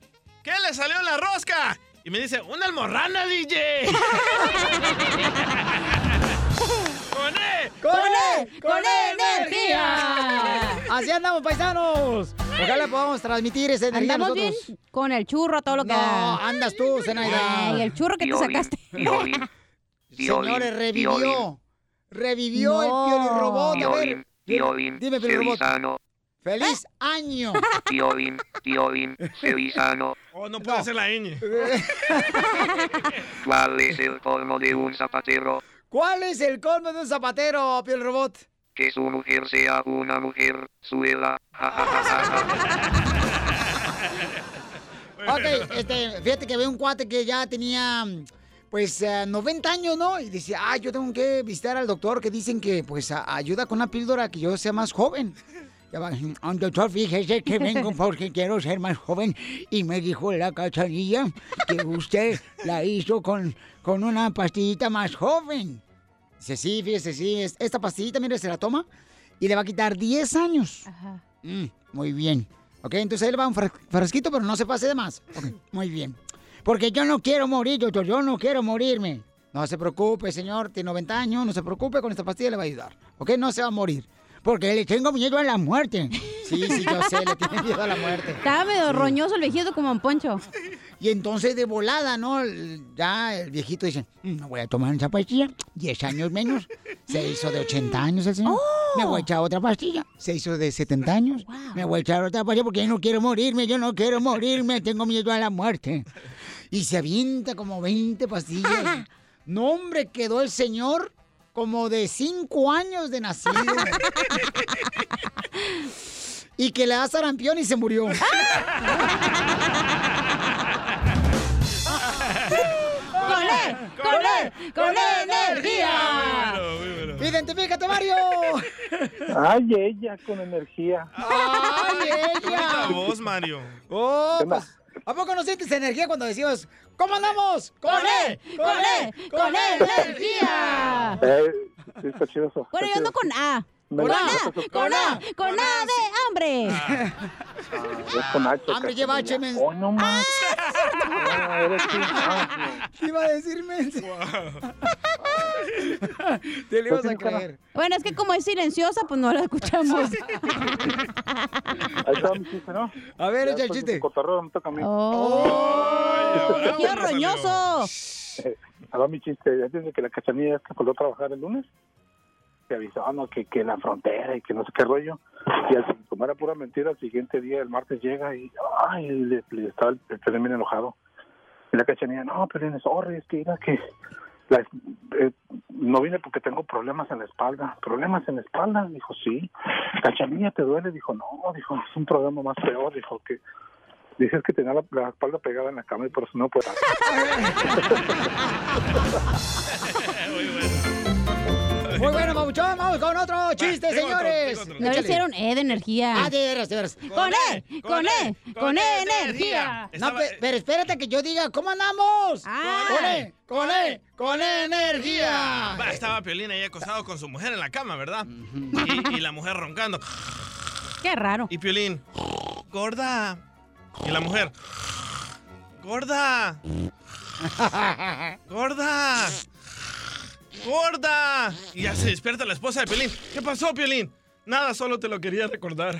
¿Qué le salió en la rosca? Y me dice, ¡una almorrana, DJ! ¡Con E. él!
¡Con
e-,
él! ¡Con energía! Así andamos, paisanos. Ojalá podamos transmitir esa energía
Andamos bien
nosotros.
con el churro, a todo lo que
No,
da.
andas tú, Zenaida.
Ay, el churro que te
Piolín,
sacaste.
Señores, revivió. Revivió
No.
el Piolín Robot. A ver,
Piolín, Piolín,
Dime, Piolín Robot.
Felizano,
¿Eh?
¡Feliz año!
Piolín, Piolín, Felizano.
Oh, no puede ser la ñ.
¿Cuál es el colmo de un zapatero?
¿Cuál es el colmo de un zapatero, Piel Robot?
Que su mujer sea una mujer, suela. Ja, ja, ja, ja, ja.
Ok, este, fíjate que veo un cuate que ya tenía, pues, eh, 90 años, ¿no? Y dice, ah, yo tengo que visitar al doctor que dicen que, pues, a- ayuda con una píldora que yo sea más joven. Ya va, "Ah, doctor, fíjese que vengo porque quiero ser más joven. Y me dijo la cachanilla que usted la hizo con, con una pastillita más joven. Dice, sí, fíjese, sí, es- esta pastillita, mire, se la toma y le va a quitar 10 años. Mm, muy bien. Ok, entonces él va un fres- fresquito, pero no se pase de más. Ok, muy bien. Porque yo no quiero morir, doctor, yo no quiero morirme. No se preocupe, señor, tiene 90 años, no se preocupe, con esta pastilla le va a ayudar. Ok, no se va a morir. Porque le tengo miedo a la muerte. Sí, sí, yo sé, le tiene miedo a la muerte.
Estaba medio roñoso el viejito como un poncho.
Y entonces de volada, ¿no? El- Ya el viejito dice, "Mm, no voy a tomar esa pastilla, 10 años menos. Se hizo de 80 años el señor. Me voy a echar otra pastilla. Se hizo de 70 años. Me voy a echar otra pastilla porque yo no quiero morirme, yo no quiero morirme, tengo miedo a la muerte. Y se avienta como 20 pastillas. No, hombre, quedó el señor como de 5 años de nacido. y que le da sarampión y se murió.
¡Con él! ¡Con él! ¡Con él energía!
¡Identifícate, Mario!
Ay, ella con energía.
¡Ay,
La
ella!
voz, Mario.
Oh, pues, ¿A poco no sientes energía cuando decimos, ¿cómo andamos? ¡Con él!
E,
¡Con él! ¡Con E". él! ¡Energía!
Eh, sí, está chido eso.
Bueno, yo ando con A.
Me
Ah, Con A, Eh.
gusta eso.
con
Ah.
A, con A Ah. de hambre.
Yo Ah, con H.
¡Hambre Ah, lleva H, men!
Oh, no más. Ah, eres tú. Ah,
Iba a decir men. Te lo ibas
Pues
a creer.
Bueno, es que como es silenciosa, pues no la escuchamos.
Ahí está mi chiste, ¿no?
A ver,
echa el chiste. Cotorreo, me toca a mí.
Oh. ¡Te quiero roñoso!
Eh, ahí va mi chiste. Antes de que la cachanilla esta coló a trabajar el lunes, se avisó, ah, no, que, que la frontera y que no sé qué rollo. Y al, como era pura mentira, al siguiente día, el martes, llega y, ay, le, le estaba el, el Pelín bien enojado. Y la cachanilla, no, Pelín, sorry, es que mira que la- eh, no vine porque tengo problemas en la espalda. ¿Problemas en la espalda? Dijo, sí. ¿Cachanilla te duele? Dijo, no, dijo, es un programa más peor. Dijo que dices que tenía la, la espalda pegada en la cama y por eso no puedo.
Muy bueno.
Muy bueno, Pabuchón, vamos con otro chiste,
tengo otro,
señores.
tengo otro. No le hicieron E de energía.
Ah, de veras, de veras.
Con E, con E, con E energía.
No, pe- pero espérate que yo diga, ¿cómo andamos?
Ah.
Con E, con E, con E energía.
Va, estaba Piolín ahí acostado con su mujer en la cama, ¿verdad? Y, y la mujer roncando.
Qué raro.
Y Piolín, gorda. Y la mujer, gorda. Gorda. Gorda. Y ya se despierta la esposa de Piolín. ¿Qué pasó, Piolín? Nada, solo te lo quería recordar.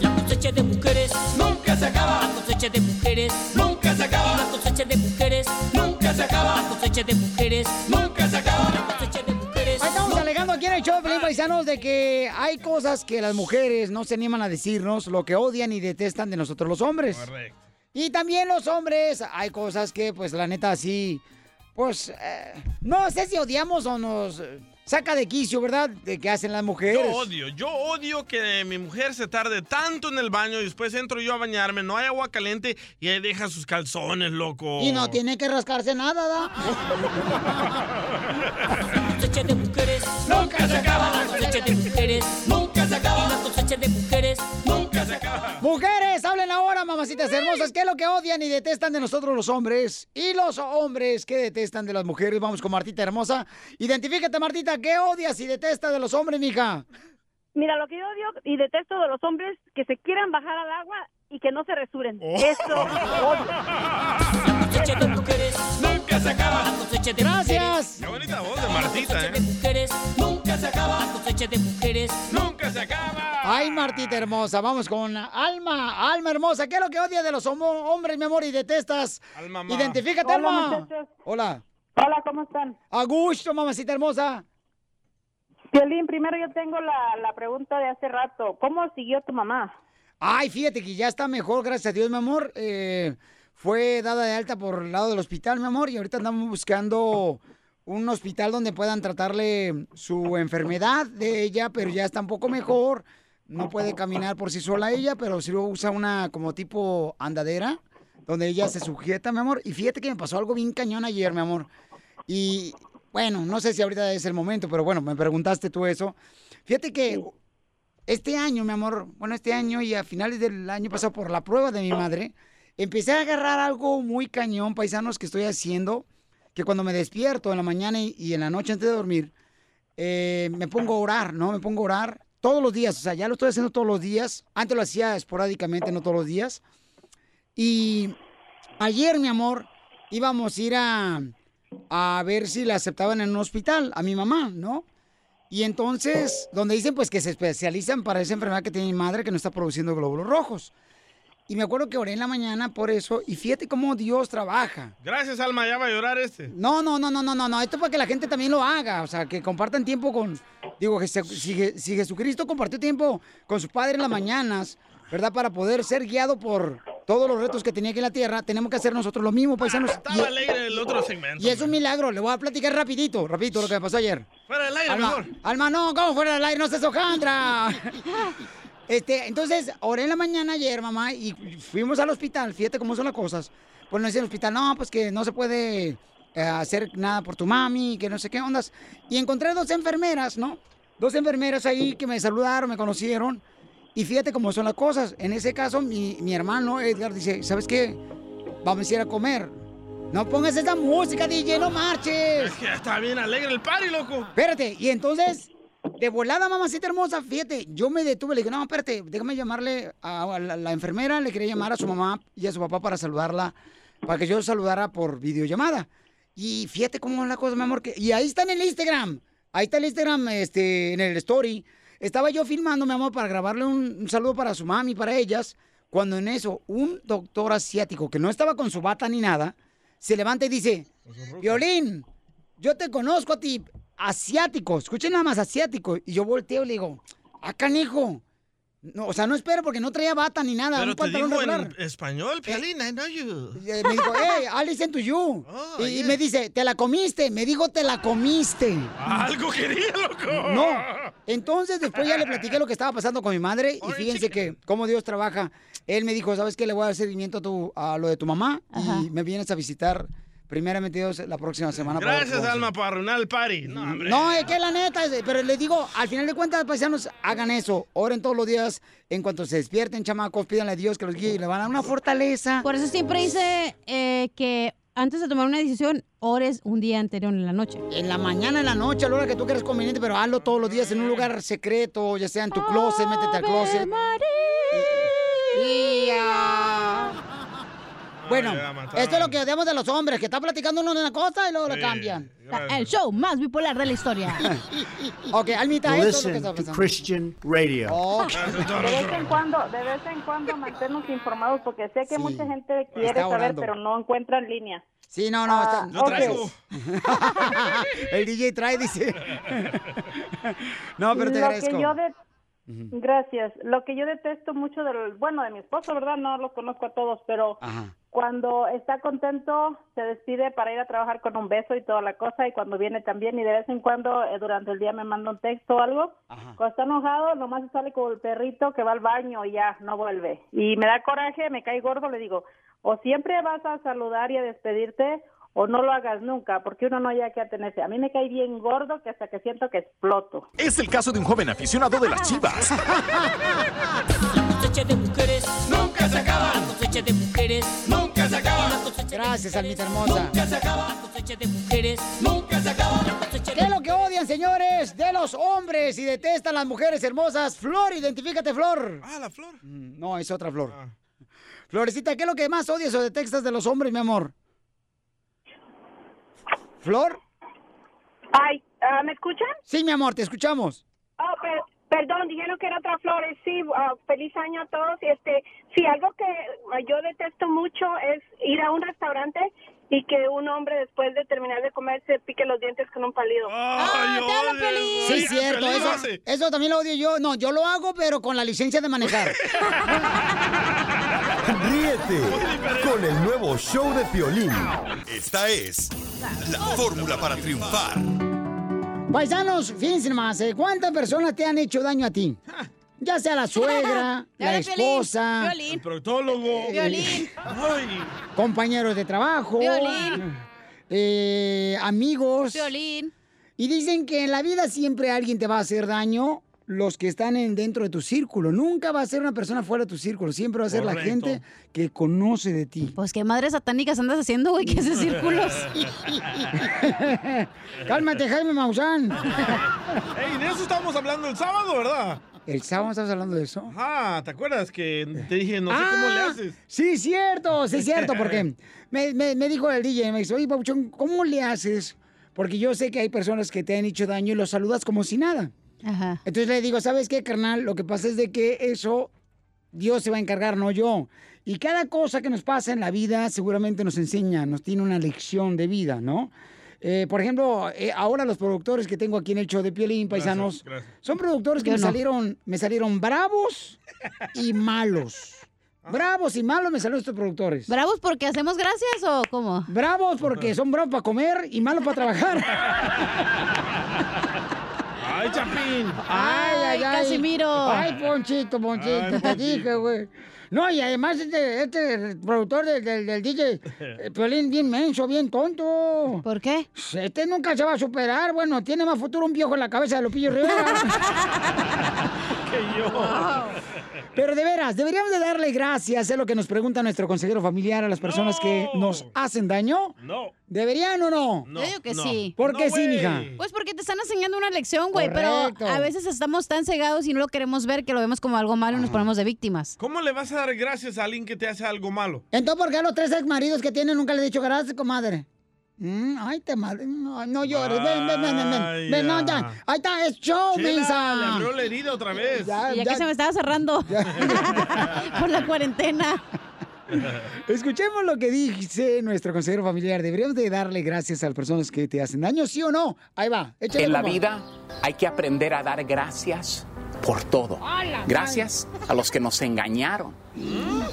La cosecha de mujeres nunca se acaba. La cosecha de mujeres nunca se acaba. La cosecha de mujeres nunca se acaba. La cosecha de mujeres nunca se acaba. La cosecha de mujeres
Ahí estamos alegando aquí en el show, Pelín Paisanos, de que hay cosas que las mujeres no se animan a decirnos, lo que odian y detestan de nosotros los hombres.
Correcto.
Y también los hombres, hay cosas que, pues, la neta, sí, pues, eh, no sé si odiamos o nos eh, saca de quicio, ¿verdad? De que hacen las
Yo
mujeres.
odio, yo odio que mi mujer se tarde tanto en el baño y después entro yo a bañarme, no hay agua caliente y ahí deja sus calzones, loco.
Y no tiene que rascarse nada,
La cosecha de mujeres nunca se acaba. La cosecha de mujeres nunca se acaba. La cosecha de mujeres nunca se acaba.
¿da? Mujeres, hablen ahora, mamacitas hermosas, ¿qué es lo que odian y detestan de nosotros los hombres? Y los hombres, ¿qué detestan de las mujeres? Vamos con Martita hermosa. Identifícate, Martita, ¿qué odias y detestas de los hombres, mija?
Mira, lo que yo odio y detesto de los hombres que se quieran bajar al agua y que no se resuren.
Oh.
Eso.
cosecha de mujeres nunca se acaba. La cosecha de
Gracias.
Qué bonita voz de Martita, ¿eh?
mujeres nunca se acaba. La cosecha de mujeres nunca se acaba.
Ay, Martita hermosa, vamos con Alma, Alma hermosa, ¿qué es lo que odias de los homo- hombres, mi amor, y detestas?
Alma,
ma.
Identifícate,
Hola,
Alma.
muchachos.
Hola.
Hola, ¿cómo están?
A gusto, mamacita hermosa.
Piolín, primero yo tengo la, la pregunta de hace rato. ¿Cómo siguió tu mamá?
Ay, fíjate que ya está mejor, gracias a Dios, mi amor. Eh, fue dada de alta por el lado del hospital, mi amor, y ahorita andamos buscando un hospital donde puedan tratarle su enfermedad de ella, pero ya está un poco mejor. No puede caminar por sí sola ella, pero sí usa una como tipo andadera, donde ella se sujeta, mi amor. Y fíjate que me pasó algo bien cañón ayer, mi amor. Y bueno, no sé si ahorita es el momento, pero bueno, me preguntaste tú eso. Fíjate que este año, mi amor, bueno, este año y a finales del año pasado por la prueba de mi madre, empecé a agarrar algo muy cañón, paisanos, que estoy haciendo, que cuando me despierto en la mañana y, y en la noche antes de dormir, eh, me pongo a orar, ¿no? Me pongo a orar todos los días, o sea, ya lo estoy haciendo todos los días, antes lo hacía esporádicamente, no todos los días. Y ayer, mi amor, íbamos a ir a, a ver si la aceptaban en un hospital, a mi mamá, ¿no? Y entonces, donde dicen pues que se especializan para esa enfermedad que tiene mi madre que no está produciendo glóbulos rojos. Y me acuerdo que oré en la mañana por eso y fíjate cómo Dios trabaja.
Gracias, Alma, ya va a llorar este.
No, no, no, no, no, no, no, esto es para que la gente también lo haga, o sea, que compartan tiempo con, digo, que se- si, Je- si Jesucristo compartió tiempo con su padre en las mañanas, ¿verdad? Para poder ser guiado por todos los retos que tenía aquí en la tierra, tenemos que hacer nosotros lo mismo, paisanos. Y-
Estaba alegre el otro segmento.
y es un milagro, le voy a platicar rapidito, rapidito lo que me pasó ayer.
Fuera del aire,
Alma,
mejor.
Alma, no, ¿cómo fuera del aire? No seas hojandra. este, entonces, oré en la mañana ayer, mamá, y fuimos al hospital, fíjate cómo son las cosas. Pues nos dice el hospital, no, pues que no se puede eh, hacer nada por tu mami, que no sé qué ondas. Y encontré dos enfermeras, ¿no? Dos enfermeras ahí que me saludaron, me conocieron. Y fíjate cómo son las cosas. En ese caso, mi, mi hermano Edgar dice, ¿sabes qué? Vamos a ir a comer. No pongas esa música, DJ, no marches.
Es que está bien alegre el party, loco.
Espérate, y entonces, de volada, mamacita hermosa, fíjate, yo me detuve, le dije, no, espérate, déjame llamarle a la, la enfermera, le quería llamar a su mamá y a su papá para saludarla, para que yo saludara por videollamada. Y fíjate cómo es la cosa, mi amor, que... y ahí está en el Instagram, ahí está el Instagram, este, en el story. Estaba yo filmando, mi amor, para grabarle un, un saludo para su mami, para ellas, cuando en eso un doctor asiático, que no estaba con su bata ni nada, se levanta y dice, Violín, yo te conozco a ti, asiático, escuchen nada más asiático. Y yo volteo y le digo, ah, canijo. No, o sea, no espero porque no traía bata ni nada,
Pero
un
te
pantalón
digo
regular.
en español, Piolín, I know you.
Eh, Me dijo, hey, I listen to you.
Oh,
y, y me dice, te la comiste. Me dijo, te la comiste.
Algo quería, loco.
No. Entonces después ya le platiqué lo que estaba pasando con mi madre y fíjense que cómo Dios trabaja. Él me dijo, ¿sabes qué? Le voy a dar seguimiento a, tu, a lo de tu mamá y me vienes a visitar primeramente Dios, la próxima semana. para ver
Gracias,
cómo-
Alma, por arruinar el party. No, hombre.
No, es que la neta, es- pero les digo, al final de cuentas, paisanos, hagan eso. Oren todos los días. En cuanto se despierten, chamacos, pídanle a Dios que los guíe y le van a dar una fortaleza.
Por eso siempre dice eh, que antes de tomar una decisión, ores un día anterior en la noche.
En la mañana, en la noche, a la hora que tú creas conveniente, pero hazlo todos los días en un lugar secreto, ya sea en tu closet, métete al closet. ah. Bueno,
ya mataron.
esto es lo que odiamos de los hombres, que está platicando uno de una cosa y luego lo
Sí,
cambian.
gracias.
El show más bipolar de la historia. ok, Almita, esto es lo que
Listen
está
to
pasando.
Christian radio.
Oh.
De vez en cuando, de vez en cuando mantenernos informados porque sé que
Sí.
mucha gente quiere
Está
saber,
orando.
pero no encuentran línea.
Sí, no, no.
Ah,
está-
Yo traigo.
El DJ trae, dice. no, pero te
Lo
agradezco.
que yo de- Gracias. Lo que yo detesto mucho del, bueno, de mi esposo, ¿verdad? No los conozco a todos, pero
Ajá.
cuando está contento se despide para ir a trabajar con un beso y toda la cosa y cuando viene también y de vez en cuando eh, durante el día me manda un texto o algo. Cuando está enojado, nomás se sale con el perrito que va al baño y ya, no vuelve. Y me da coraje, me cae gordo, le digo, o siempre vas a saludar y a despedirte o no lo hagas nunca, porque uno no haya que atenerse. A mí me cae bien gordo que hasta que siento que exploto.
Es el caso de un joven aficionado de las chivas.
cosecha de mujeres nunca se acaba. La cosecha de mujeres nunca se acaba. La cosecha
Gracias, Almita hermosa.
de mujeres nunca se acaba.
¿Qué es lo que odian, señores, de los hombres y detestan las mujeres hermosas? Flor, identifícate, Flor.
Ah, la flor.
No, es otra flor.
Ah.
Florecita, ¿qué es lo que más odias o detestas de los hombres, mi amor? ¿Flor?
Ay, ah, ¿me escuchan?
Sí, mi amor, te escuchamos.
Oh, per- perdón, dijeron que era otra flores. Sí, ah, feliz año a todos. Y este, sí, algo que ah, yo detesto mucho es ir a un restaurante y que un hombre después de terminar de comer se pique los dientes con un palido.
¡Ah,
te hablo, Sí, es cierto, eso, eso también lo odio yo. No, yo lo hago, pero con la licencia de manejar.
Ríete con el nuevo show de Piolín. Esta es la fórmula para triunfar.
Paisanos, fíjense más, ¿eh? ¿cuántas personas te han hecho daño a ti? Ya sea la suegra, la
Dale, Piolín.
esposa,
El proctólogo.
Violín.
Ay.
compañeros de trabajo,
Violín.
eh, amigos.
Violín.
Y dicen que en la vida siempre alguien te va a hacer daño, los que están en- dentro de tu círculo. Nunca va a ser una persona fuera de tu círculo, siempre va a ser la
Correcto.
gente que conoce de ti.
Pues qué madres satánicas andas haciendo, güey, que haces círculos.
Cálmate, Jaime Maussan.
Ey, de eso estábamos hablando el sábado, ¿verdad?
El sábado estamos hablando de eso.
Ajá, ¿te acuerdas que te dije, no sé
Ah,
cómo le haces?
Sí, cierto, sí, cierto, porque me, me- me dijo el DJ, me dice, oye, Papuchón, ¿cómo le haces? Porque yo sé que hay personas que te han hecho daño y los saludas como si nada.
Ajá.
Entonces le digo, ¿sabes qué, carnal? Lo que pasa es de que eso Dios se va a encargar, no yo. Y cada cosa que nos pasa en la vida seguramente nos enseña, nos tiene una lección de vida, ¿no? Eh, por ejemplo, eh, ahora los productores que tengo aquí en el show de Piolín, paisanos,
gracias.
son productores que
Yo
me
no.
salieron, me salieron bravos y malos.
Ah.
Bravos y malos me salieron estos productores.
¿Bravos porque hacemos gracias o cómo?
Bravos porque son bravos para comer y malos para trabajar.
¡Ay, Chapín!
Ay, ay, ay. Ay,
Ay,
Ponchito, Ponchito,
Ay,
te
Ponchito.
dije, güey. No, y además este, este productor del, del, del DJ, eh, Piolín, bien menso, bien tonto.
¿Por qué?
Este nunca se va a superar. Bueno, tiene más futuro un viejo en la cabeza de Lupillo Rivera.
que yo.
Pero de veras, deberíamos de darle gracias, es lo que nos pregunta nuestro consejero familiar a las personas que nos hacen daño.
No.
¿Deberían o no?
Yo digo que sí.
¿Por qué sí, mija?
Pues porque te están enseñando una lección, güey. Pero
Correcto.
a veces estamos tan cegados y no lo queremos ver que lo vemos como algo malo y nos ponemos de víctimas.
¿Cómo le vas a dar gracias a alguien que te hace algo malo?
Entonces, ¿por qué a los tres ex maridos que tiene nunca le he dicho gracias, comadre? Mm, ay, te madre. No, no llores. Ven, ven, ven, ven. Ven, Ven, no, ya.
Vaya.
Ahí está, es show,
Chela,
Oh, mensa. Ah,
le abrió la herida otra vez.
Y ya, que se me estaba cerrando por la cuarentena.
Escuchemos lo que dice nuestro consejero familiar. Deberíamos de darle gracias a las personas que te hacen daño, ¿sí o no? Ahí va, échale.
En la
compa.
vida hay que aprender a dar gracias por todo.
¡Hala,
Gracias a los que nos engañaron.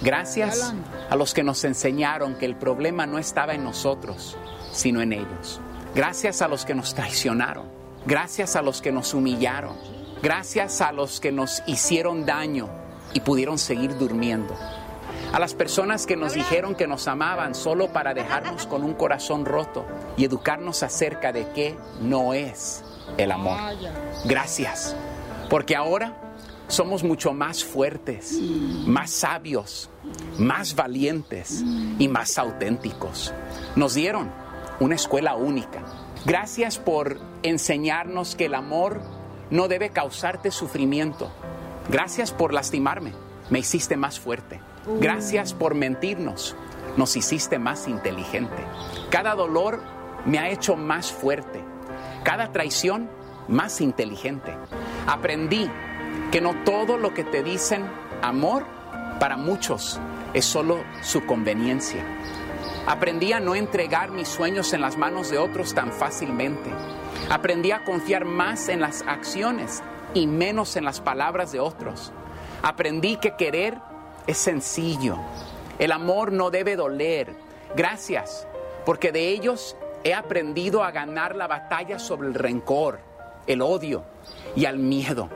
Gracias a los que nos enseñaron que el problema no estaba en nosotros, sino en ellos. Gracias a los que nos traicionaron. Gracias a los que nos humillaron. Gracias a los que nos hicieron daño y pudieron seguir durmiendo. a las personas que nos dijeron que nos amaban solo para dejarnos con un corazón roto y educarnos acerca de qué no es el amor. Gracias, porque ahora somos mucho más fuertes, más sabios, más valientes y más auténticos. Nos dieron una escuela única. Gracias por enseñarnos que el amor no debe causarte sufrimiento. Gracias por lastimarme, me hiciste más fuerte. Gracias por mentirnos, nos hiciste más inteligente. Cada dolor me ha hecho más fuerte. Cada traición más inteligente. Aprendí que no todo lo que te dicen amor para muchos es solo su conveniencia. Aprendí a no entregar mis sueños en las manos de otros tan fácilmente. Aprendí a confiar más en las acciones y menos en las palabras de otros. Aprendí que querer es sencillo. El amor no debe doler. Gracias, porque de ellos he aprendido a ganar la batalla sobre el rencor, el odio y al miedo.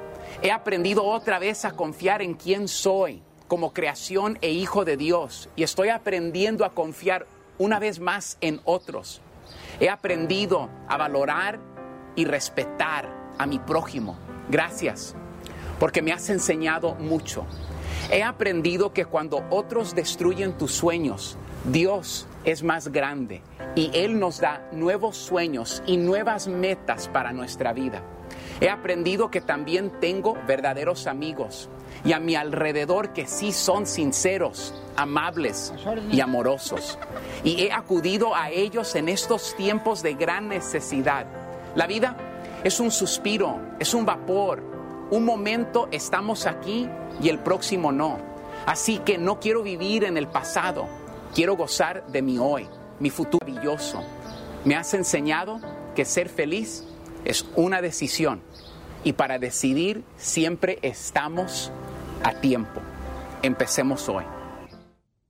He aprendido otra vez a confiar en quién soy como creación e hijo de Dios y estoy aprendiendo a confiar una vez más en otros. He aprendido a valorar y respetar a mi prójimo. Gracias, porque me has enseñado mucho. He aprendido que cuando otros destruyen tus sueños, Dios es más grande y Él nos da nuevos sueños y nuevas metas para nuestra vida. He aprendido que también tengo verdaderos amigos y a mi alrededor que sí son sinceros, amables y amorosos. Y he acudido a ellos en estos tiempos de gran necesidad. La vida es un suspiro, es un vapor. Un momento estamos aquí y el próximo no. Así que no quiero vivir en el pasado, quiero gozar de mi hoy, mi futuro maravilloso. Me has enseñado que ser feliz es una decisión y para decidir siempre estamos a tiempo. Empecemos hoy.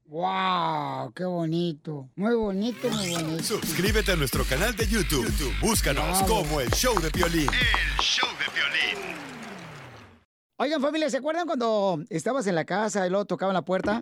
¡Wow! ¡Qué bonito! Muy bonito, muy bonito.
Suscríbete a nuestro canal de YouTube. YouTube, búscanos
Wow.
como el show de violín. El show de violín.
Oigan, familia, ¿se acuerdan cuando estabas en la casa y luego tocaban la puerta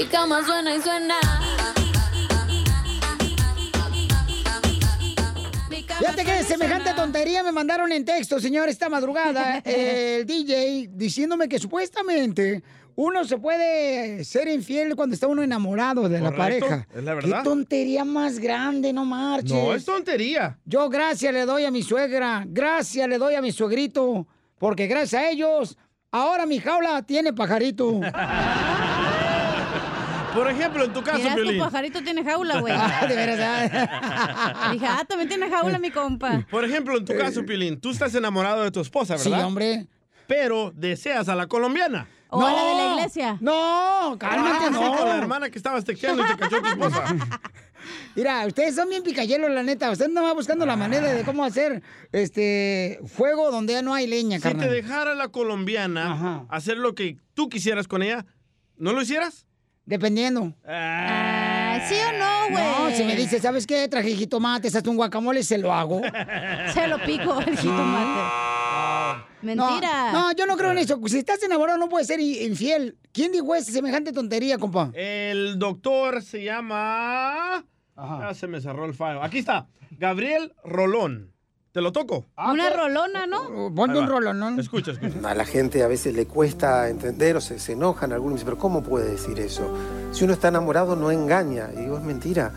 Y cama suena y suena.
Fíjate que semejante tontería me mandaron en texto, señor, esta madrugada, el DJ, diciéndome que supuestamente uno se puede ser infiel cuando está uno enamorado de la
Correcto,
pareja.
es la verdad.
Qué tontería más grande, no marches.
No, es tontería.
Yo gracias le doy a mi suegra, gracias le doy a mi suegrito, porque gracias a ellos, ahora mi jaula tiene pajarito.
Por ejemplo, en tu caso,
Mira, tu
Piolín.
pajarito tiene jaula, güey.
Ah, de
verdad.
Dije, ah, también tiene jaula, mi compa.
Por ejemplo, en tu caso, Pilín, tú estás enamorado de tu esposa,
Sí,
¿verdad?
hombre.
Pero deseas a la colombiana.
O a la de la iglesia.
No,
Ah, sí, con la hermana que estabas texteando y te cachó tu esposa.
Mira, ustedes son bien picayelos, la neta. Ustedes no van buscando la manera de cómo hacer este fuego donde ya no hay leña,
Si te
carnal.
dejara la colombiana hacer lo que tú quisieras con ella, ¿no lo hicieras?
Dependiendo.
Ah, ¿Sí o no, güey?
No, si me dice, ¿sabes qué? Traje jitomates, hazte un guacamole, se lo hago.
Se lo pico el jitomate. Mentira.
No, no, yo no creo en eso. Si estás enamorado no puedes ser i- infiel. ¿Quién dijo esa semejante tontería, compa?
El doctor se llama. Ah, se me cerró el file. Aquí está. Gabriel Rolón. ¿Te lo toco?
Una rolona, ¿no?
Ponte
pues, oh, Ahí
un
va.
rolón, ¿no?
Escucha, escucha.
A la gente a veces le cuesta entender o se, se enojan algunos, dicen, pero ¿cómo puede decir eso? Si uno está enamorado no engaña. Y digo, es mentira.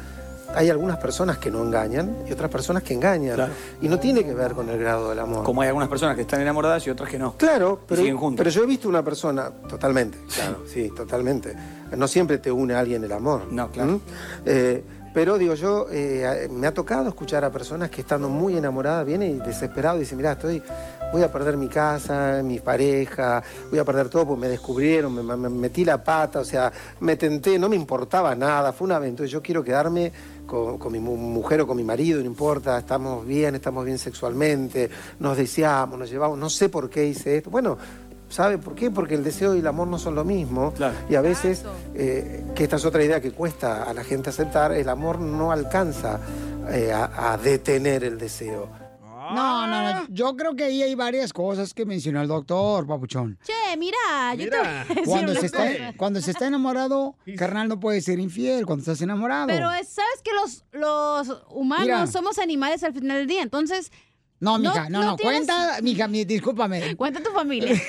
Hay algunas personas que no engañan y otras personas que engañan. Y no tiene que ver con el grado del amor.
Como hay algunas personas que están enamoradas y otras que no.
Claro,
Y
pero,
siguen juntas.
pero yo he visto una persona, totalmente, claro, sí, totalmente. No siempre te une a alguien el amor. No, claro. pero digo yo, eh, me ha tocado escuchar a personas que estando muy enamoradas vienen y desesperado dicen, mira, estoy, voy a perder mi casa, mi pareja, voy a perder todo porque me descubrieron, me, me- metí la pata, o sea, me tenté, no me importaba nada, fue una aventura, yo quiero quedarme con, con mi mu- mujer o con mi marido, no importa, estamos bien, estamos bien sexualmente, nos deseamos, nos llevamos, no sé por qué hice esto. Bueno, ¿sabe por qué? Porque el deseo y el amor no son lo mismo. Y a veces, eh, que esta es otra idea que cuesta a la gente aceptar, el amor no alcanza eh, a, a detener el deseo.
No, no,
Ah.
no. Yo creo que ahí hay varias cosas que mencionó el doctor, papuchón.
Che, mira, yo te voy a decir
Cuando
una
se, está,
cosa.
cuando se está enamorado, carnal no puede ser infiel cuando estás enamorado.
Pero es- sabes que los, los humanos
Mira.
somos animales al final del día, entonces...
No, mija, no, no,
tienes-
cuenta, mija, mi- discúlpame.
Cuenta tu familia.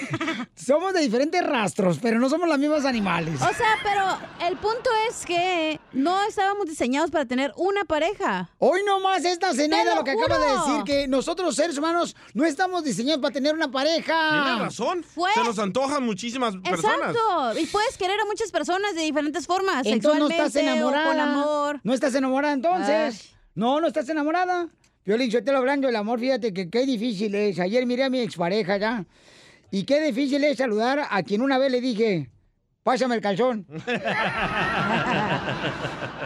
somos de diferentes rastros, pero no somos los mismos animales.
O sea, pero el punto es que no estábamos diseñados para tener una pareja.
Hoy nomás esta Zenaida
Te
lo que acaba de decir, que nosotros los seres humanos no estamos diseñados para tener una pareja.
Tiene razón.
Ah, Fue-
Se nos antojan muchísimas personas.
Exacto. Y puedes querer a muchas personas de diferentes
Ah,
formas.
Entonces no
sexualmente
estás enamorada.
o con amor.
No estás enamorada entonces. No, no estás enamorada. Yo le yo te lo hablando del amor, fíjate que qué difícil es. Ayer miré a mi expareja ya. Y qué difícil es saludar a quien una vez le dije, pásame el calzón.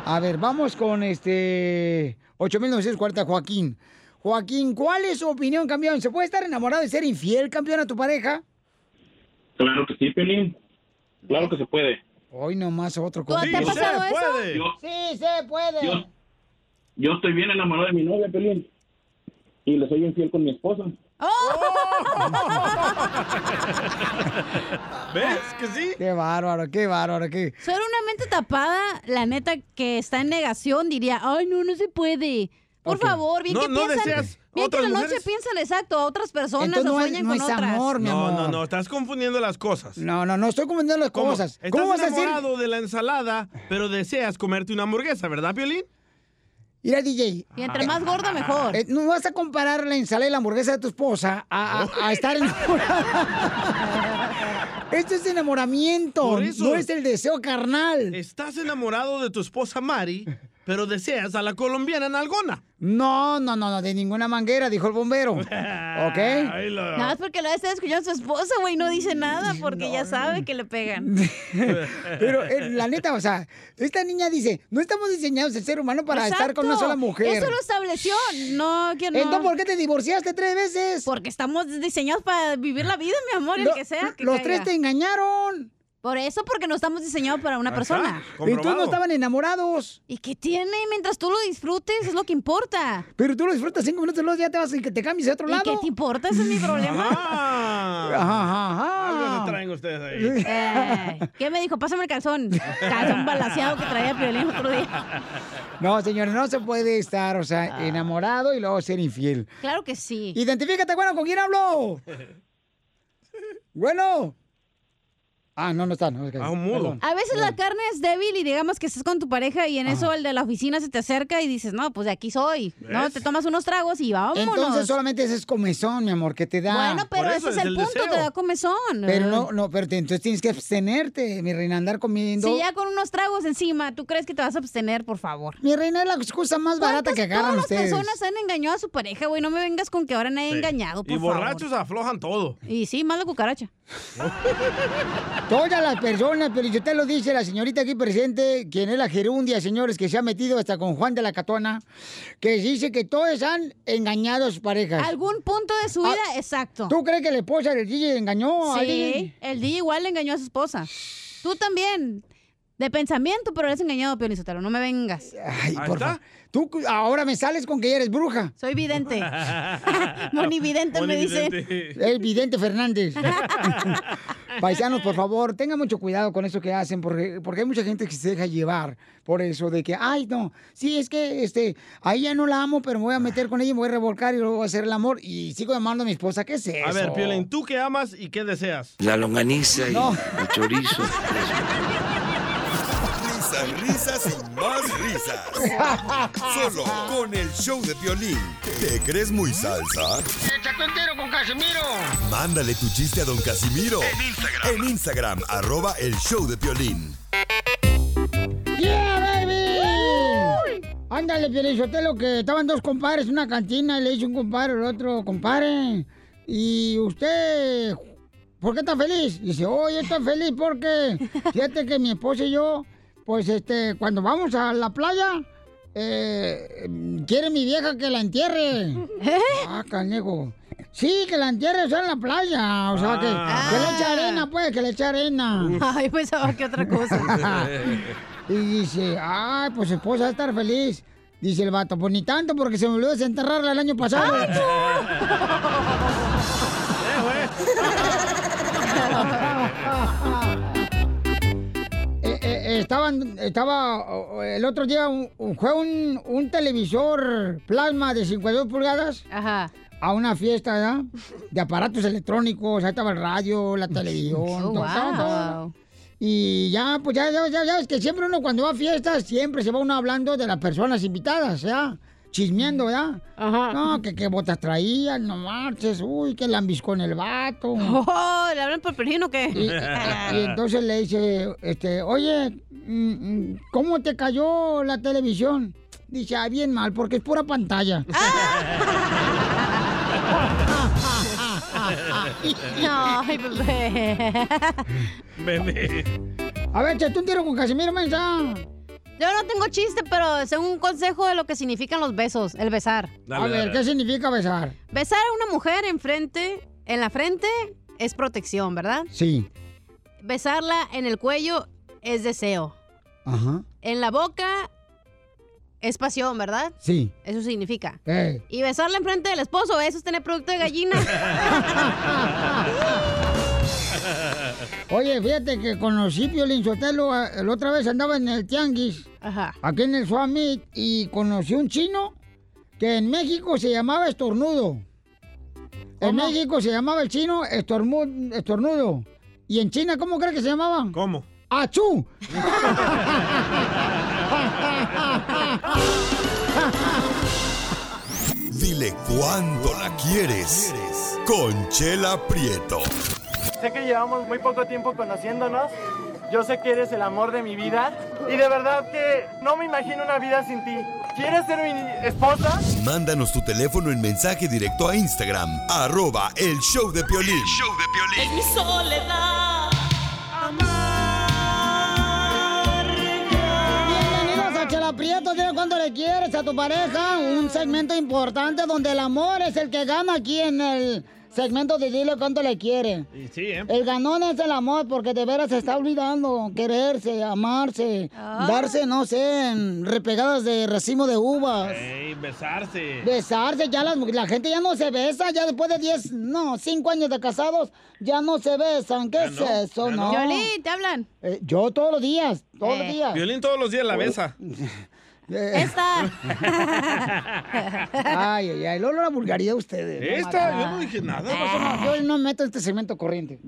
A ver, vamos con este 8940 Joaquín. Joaquín, ¿cuál es su opinión, campeón? ¿Se puede estar enamorado y ser infiel, campeón, a tu pareja?
Claro que sí, Pelín. Claro que se puede.
Hoy nomás otro.
¿Tú- te ha Sí, pasado se eso? puede.
Sí, se puede.
Yo, yo estoy bien enamorado de mi novia, Pelín. Y le soy infiel con mi esposa.
¡Oh!
¿Ves que sí?
Qué bárbaro, qué bárbaro, qué.
Solo una mente tapada, la neta, que está en negación, diría, ay, no, no se puede. Por
Ok.
favor, bien
No-
que
no
piensan...
deseas
bien que
otras
en la noche
mujeres.
piensan exacto a otras personas
Entonces
o
no es-
sueñan
no
con
es
otras.
amor, mi
No, no,
amor.
no, estás confundiendo las cosas.
No, no, no estoy comiendo las
¿Cómo?
cosas.
Estás
¿Cómo vas a decir?
enamorado de la ensalada, pero deseas comerte una hamburguesa, ¿verdad, Piolín?
Mira, DJ.
Y entre más gorda, mejor.
Eh, no vas a comparar la ensalada y la hamburguesa de tu esposa a, a- a estar enamorada. Esto es enamoramiento,
Por eso.
no es el deseo carnal.
Estás enamorado de tu esposa Mari, pero deseas a la colombiana Nalgona.
No, no, no, no, de ninguna manguera, dijo el bombero. ¿Eh? ¿Ok?
Ay, lo-
Nada más porque lo está escuchando a su esposa, güey, no dice nada porque ya sabe que le pegan.
Pero eh, la neta, o sea, esta niña dice, no estamos diseñados el ser humano para estar con una
Exacto.
sola mujer.
Eso lo estableció. No, que no.
Entonces, ¿por qué te divorciaste tres veces?
Porque estamos diseñados para vivir la vida, mi amor, el
Lo-
que sea. que
los
caiga.
tres te engañaron.
Por eso, porque no estamos diseñados para una
Ajá,
persona.
comprobado. Entonces no estaban enamorados.
¿Y qué tiene? Mientras tú lo disfrutes, es lo que importa.
Pero tú lo disfrutas cinco minutos, luego ya te vas y que te cambies a otro
¿Y
lado.
qué te importa? Ese es mi problema. Ah.
Ajá, ajá.
Ah. Algo se traen ustedes ahí.
Eh, ¿Qué me dijo? Pásame el calzón. Calzón balaseado que traía Piolín otro día.
No, señores, no se puede estar, o sea, enamorado y luego ser infiel.
Claro que sí.
Identifícate, bueno, ¿con quién hablo? Bueno. Ah, no, no está. No, ah, un
A veces la carne es débil y digamos que estás con tu pareja y en eso el de la oficina se te acerca y dices, no, pues de aquí soy. No,
¿Ves?
te tomas unos tragos y vámonos.
Entonces solamente ese es comezón, mi amor, que te da.
Bueno, pero ese es el, punto, te da comezón. Eh,
Pero no, no, pero te- entonces tienes que abstenerte, mi reina, andar comiendo.
Si ya con unos tragos encima, ¿tú crees que te vas a abstener, por favor?
Mi reina es la excusa más barata que agarran ustedes.
Todas las personas han engañado a su pareja, güey. No me vengas con que ahora nadie ha engañado, por
y
favor.
borrachos aflojan todo.
Y sí, más la cucaracha.
Todas las personas, pero yo te lo dice la señorita aquí presente, quien es la gerundia, señores, que se ha metido hasta con Juan de la Catona, que dice que todos han engañado a sus parejas. Ah,
Algún punto de su vida, exacto.
¿Tú crees que la esposa del DJ engañó a
sí,
alguien?
el DJ igual le engañó a su esposa. Tú también. De pensamiento, pero eres engañado, Pionisotelo. No me vengas.
Ay, por favor. Tú cu- ahora me sales con que ya eres bruja.
Soy vidente. Monividente me dicen.
Monividente.
El vidente Fernández. Paisanos, por favor, tengan mucho cuidado con eso que hacen, porque, porque hay mucha gente que se deja llevar por eso de que, ay, no, sí, es que este, a ella no la amo, pero me voy a meter con ella, y me voy a revolcar y luego voy a hacer el amor y sigo llamando a mi esposa. ¿Qué es eso?
A ver, Piolín, ¿tú qué amas y qué deseas?
La longaniza y
No.
el chorizo.
Risas, risas y más risas. Solo con el show de violín. ¿Te crees muy salsa?
¡Échate entero con Casimiro!
Mándale tu chiste a don Casimiro.
En
Instagram. En Instagram, arroba el show de violín.
¡Yeah, baby! Ándale, Pielizotelo, que estaban dos compadres en una cantina y le dice un compadre al otro, compadre, ¿y usted por qué está feliz? Dice, oh, yo estoy feliz porque fíjate que mi esposa y yo, pues este, cuando vamos a la playa, eh, quiere mi vieja que la entierre.
¿Eh?
Ah, canego. Sí, que la entierre o sea, en la playa. O sea, que,
Ah.
que le eche arena, pues, que le eche arena.
Ay, pensaba que otra cosa.
Eh,
Y dice, ay, pues esposa va a estar feliz. Dice el vato, pues ni tanto porque se me olvidó desenterrarla el año pasado. Eh, eh, estaban, estaba, o- o el otro día un- un- fue un, un televisor plasma de 52 pulgadas a una fiesta ¿verdad? de aparatos electrónicos. Ahí estaba el radio, la televisión, todo, estaba todo. Y ya, pues ya, ya, ya, ya, es que siempre uno cuando va a fiestas, siempre se va uno hablando de las personas invitadas, ¿ya? Chismeando, ¿ya? No, que qué botas traían, no marches, uy, que lambiscón el vato.
Oh, ¿le hablan por pelín o qué?
Y entonces le dice, este, oye, mm, mm, ¿cómo te cayó la televisión? Dice, ah, bien mal, porque es pura pantalla.
Ay, bebé.
Bebé.
A ver, échate un tiro con Casimiro Mensa.
Yo no tengo chiste, pero según un consejo de lo que significan los besos, el besar.
Dale, A ver, dale. ¿qué significa besar?
Besar a una mujer en frente, en la frente, es protección, ¿verdad?
Sí.
Besarla en el cuello es deseo.
Ajá.
En la boca es pasión, ¿verdad?
Sí.
Eso significa.
Ey.
Y besarla enfrente del esposo, eso es tener producto de gallina.
Oye, fíjate que conocí Piolín Sotelo, eh, la otra vez andaba en el Tianguis,
Ajá.
aquí en el Suamit, y conocí un chino que en México se llamaba Estornudo. En México se llamaba el chino estormu- Estornudo. ¿Y en China cómo crees que se llamaban?
¿Cómo?
¡Achú!
Dile cuándo la quieres. Conchela Prieto.
Sé que llevamos muy poco tiempo conociéndonos. Yo sé que eres el amor de mi vida. Y de verdad que no me imagino una vida sin ti. ¿Quieres ser mi esposa?
Mándanos tu teléfono en mensaje directo a Instagram, arroba el show de Piolín.
Es mi soledad.
Bienvenidos a Chela Prieto, dile cuánto le quieres a tu pareja, un segmento importante donde el amor es el que gana aquí en el segmento de dile cuánto le quiere.
Y sí, ¿eh?
El ganón es el amor, porque de veras se está olvidando quererse, amarse,
Ah.
darse, no sé, en repegadas de racimo de uvas.
Ey, besarse.
Besarse, ya las mu- la gente ya no se besa, ya después de 10, no, 5 años de casados, ya no se besan. ¿Qué es eso, no?
Violín, ¿te hablan?
Eh, yo todos los días, todos
Eh.
los días.
Violín todos los días la besa.
Eh. Ay, ay, ay, luego la vulgaridad de ustedes.
Esta, yo no dije nada.
Ah.
Yo no meto este segmento corriente.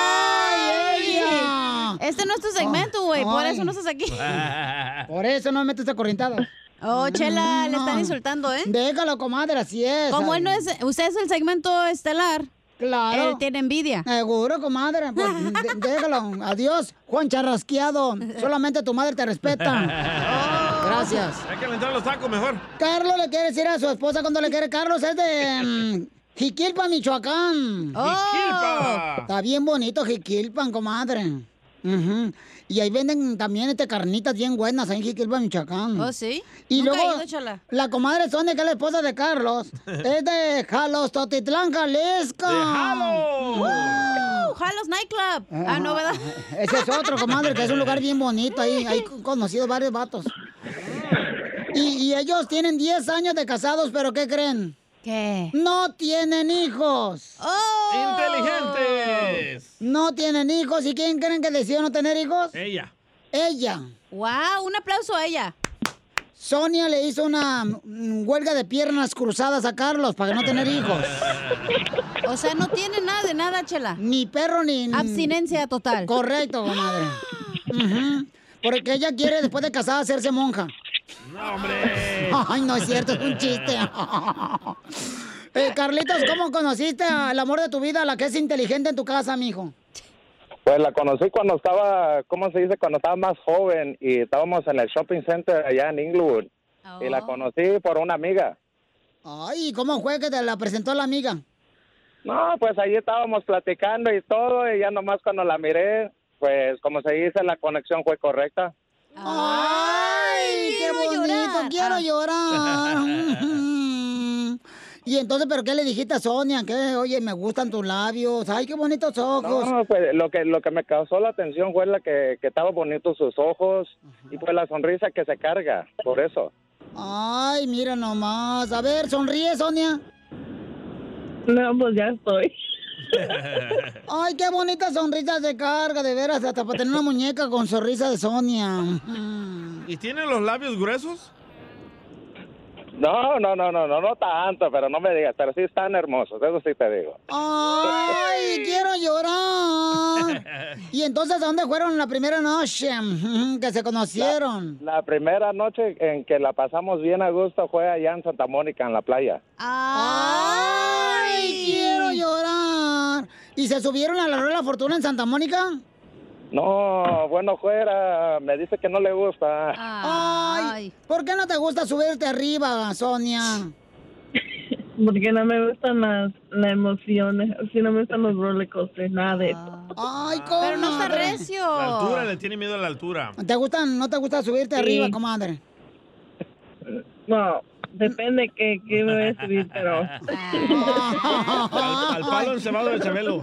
¡Ay,
ella!
Este no es tu segmento, güey. Por
Ay.
eso no estás aquí.
Por eso no me meto esta corrientada. Mm,
Oh, Chela, le están insultando, ¿eh?
Déjalo, comadre, así es.
Como él no es, usted es el segmento estelar.
Claro.
Él tiene envidia.
Seguro, comadre. pues, de- déjalo. Adiós, Juan Charrasqueado. Solamente tu madre te respeta. Gracias.
Hay que aventar los tacos mejor.
Carlos le quiere decir a su esposa cuando le quiere. Carlos es de mm, Jiquilpan, Michoacán.
Oh.
Jiquilpan.
Está bien bonito Jiquilpan, comadre. Ujú. Y ahí venden también este carnitas bien buenas ahí en Jiquilpan, Michoacán.
Oh, ¿sí?
Y
Nunca he
luego,
ido, chala.
la comadre Sonia, que es la esposa de Carlos, es de Jalos, Totitlán, Jalisco.
¡De Jalos! ¡Woo! ¡Jalos Nightclub! Ah, no, ¿verdad?
Ese es otro, comadre, que es un lugar bien bonito ahí. Ahí he conocido varios vatos. Y, y ellos tienen 10 años de casados, pero ¿qué creen?
¿Qué? ¡Oh!
No tienen hijos. Oh.
¡Inteligentes!
No tienen hijos. ¿Y quién creen que decidió no tener hijos?
Ella.
Ella.
¡Wow! Un aplauso a ella.
Sonia le hizo una mm, huelga de piernas cruzadas a Carlos para no tener hijos.
O sea, no tiene nada de nada, Chela.
Ni Oh, perro ni...
Abstinencia total.
Correcto, comadre. Ujú. Porque ella quiere, después de casada, hacerse monja.
No, hombre.
Ay, no es cierto, es un chiste. Eh, Carlitos, ¿cómo conociste al amor de tu vida, la que es inteligente en tu casa, mijo?
Pues la conocí cuando estaba, ¿cómo se dice? Cuando estaba más joven y estábamos en el shopping center allá en Inglewood. Y
Oh.
la conocí por una amiga.
Ay, ¿cómo fue que te la presentó la amiga?
No, pues ahí estábamos platicando y todo, y ya nomás cuando la miré, pues como se dice, la conexión fue correcta.
¡Ay, qué bonito! Quiero
Ah.
llorar. Y entonces, ¿pero qué le dijiste a Sonia? Que, oye, me gustan tus labios. ¡Ay, qué bonitos ojos!
No, pues lo que, lo que me causó la atención fue la que, que estaba bonito sus ojos y pues la sonrisa que se carga, por eso.
Ay, mira nomás. A ver, sonríe, Sonia.
No, pues ya estoy.
Ay, qué bonita sonrisa de carga, de veras, hasta para tener una muñeca con sonrisa de Sonia.
¿Y tiene los labios gruesos?
No, no, no, no, no, no tanto, pero no me digas, pero sí están hermosos, eso sí te digo.
Ay, quiero llorar. Y entonces, ¿a dónde fueron la primera noche mm, que se conocieron?
La primera noche en que la pasamos bien a gusto fue allá en Santa Mónica, en la playa.
Ay, quiero llorar. ¿Y se subieron a la rueda de la fortuna en Santa Mónica?
No, bueno, fuera, me dice que no le gusta.
Ah. Ay, ¿por qué no te gusta subirte arriba, Sonia?
Porque no me gustan las, las emociones. Así no me gustan los roller coasters, nada de eso.
Ay, ¿cómo?
Pero no está
recio.
La altura, le tiene miedo a la altura.
¿Te gustan, no te gusta subirte
Sí.
arriba, comadre?
Ah.
No, depende que, que me voy a subir, pero.
Al, al palo encebado de Chabelo.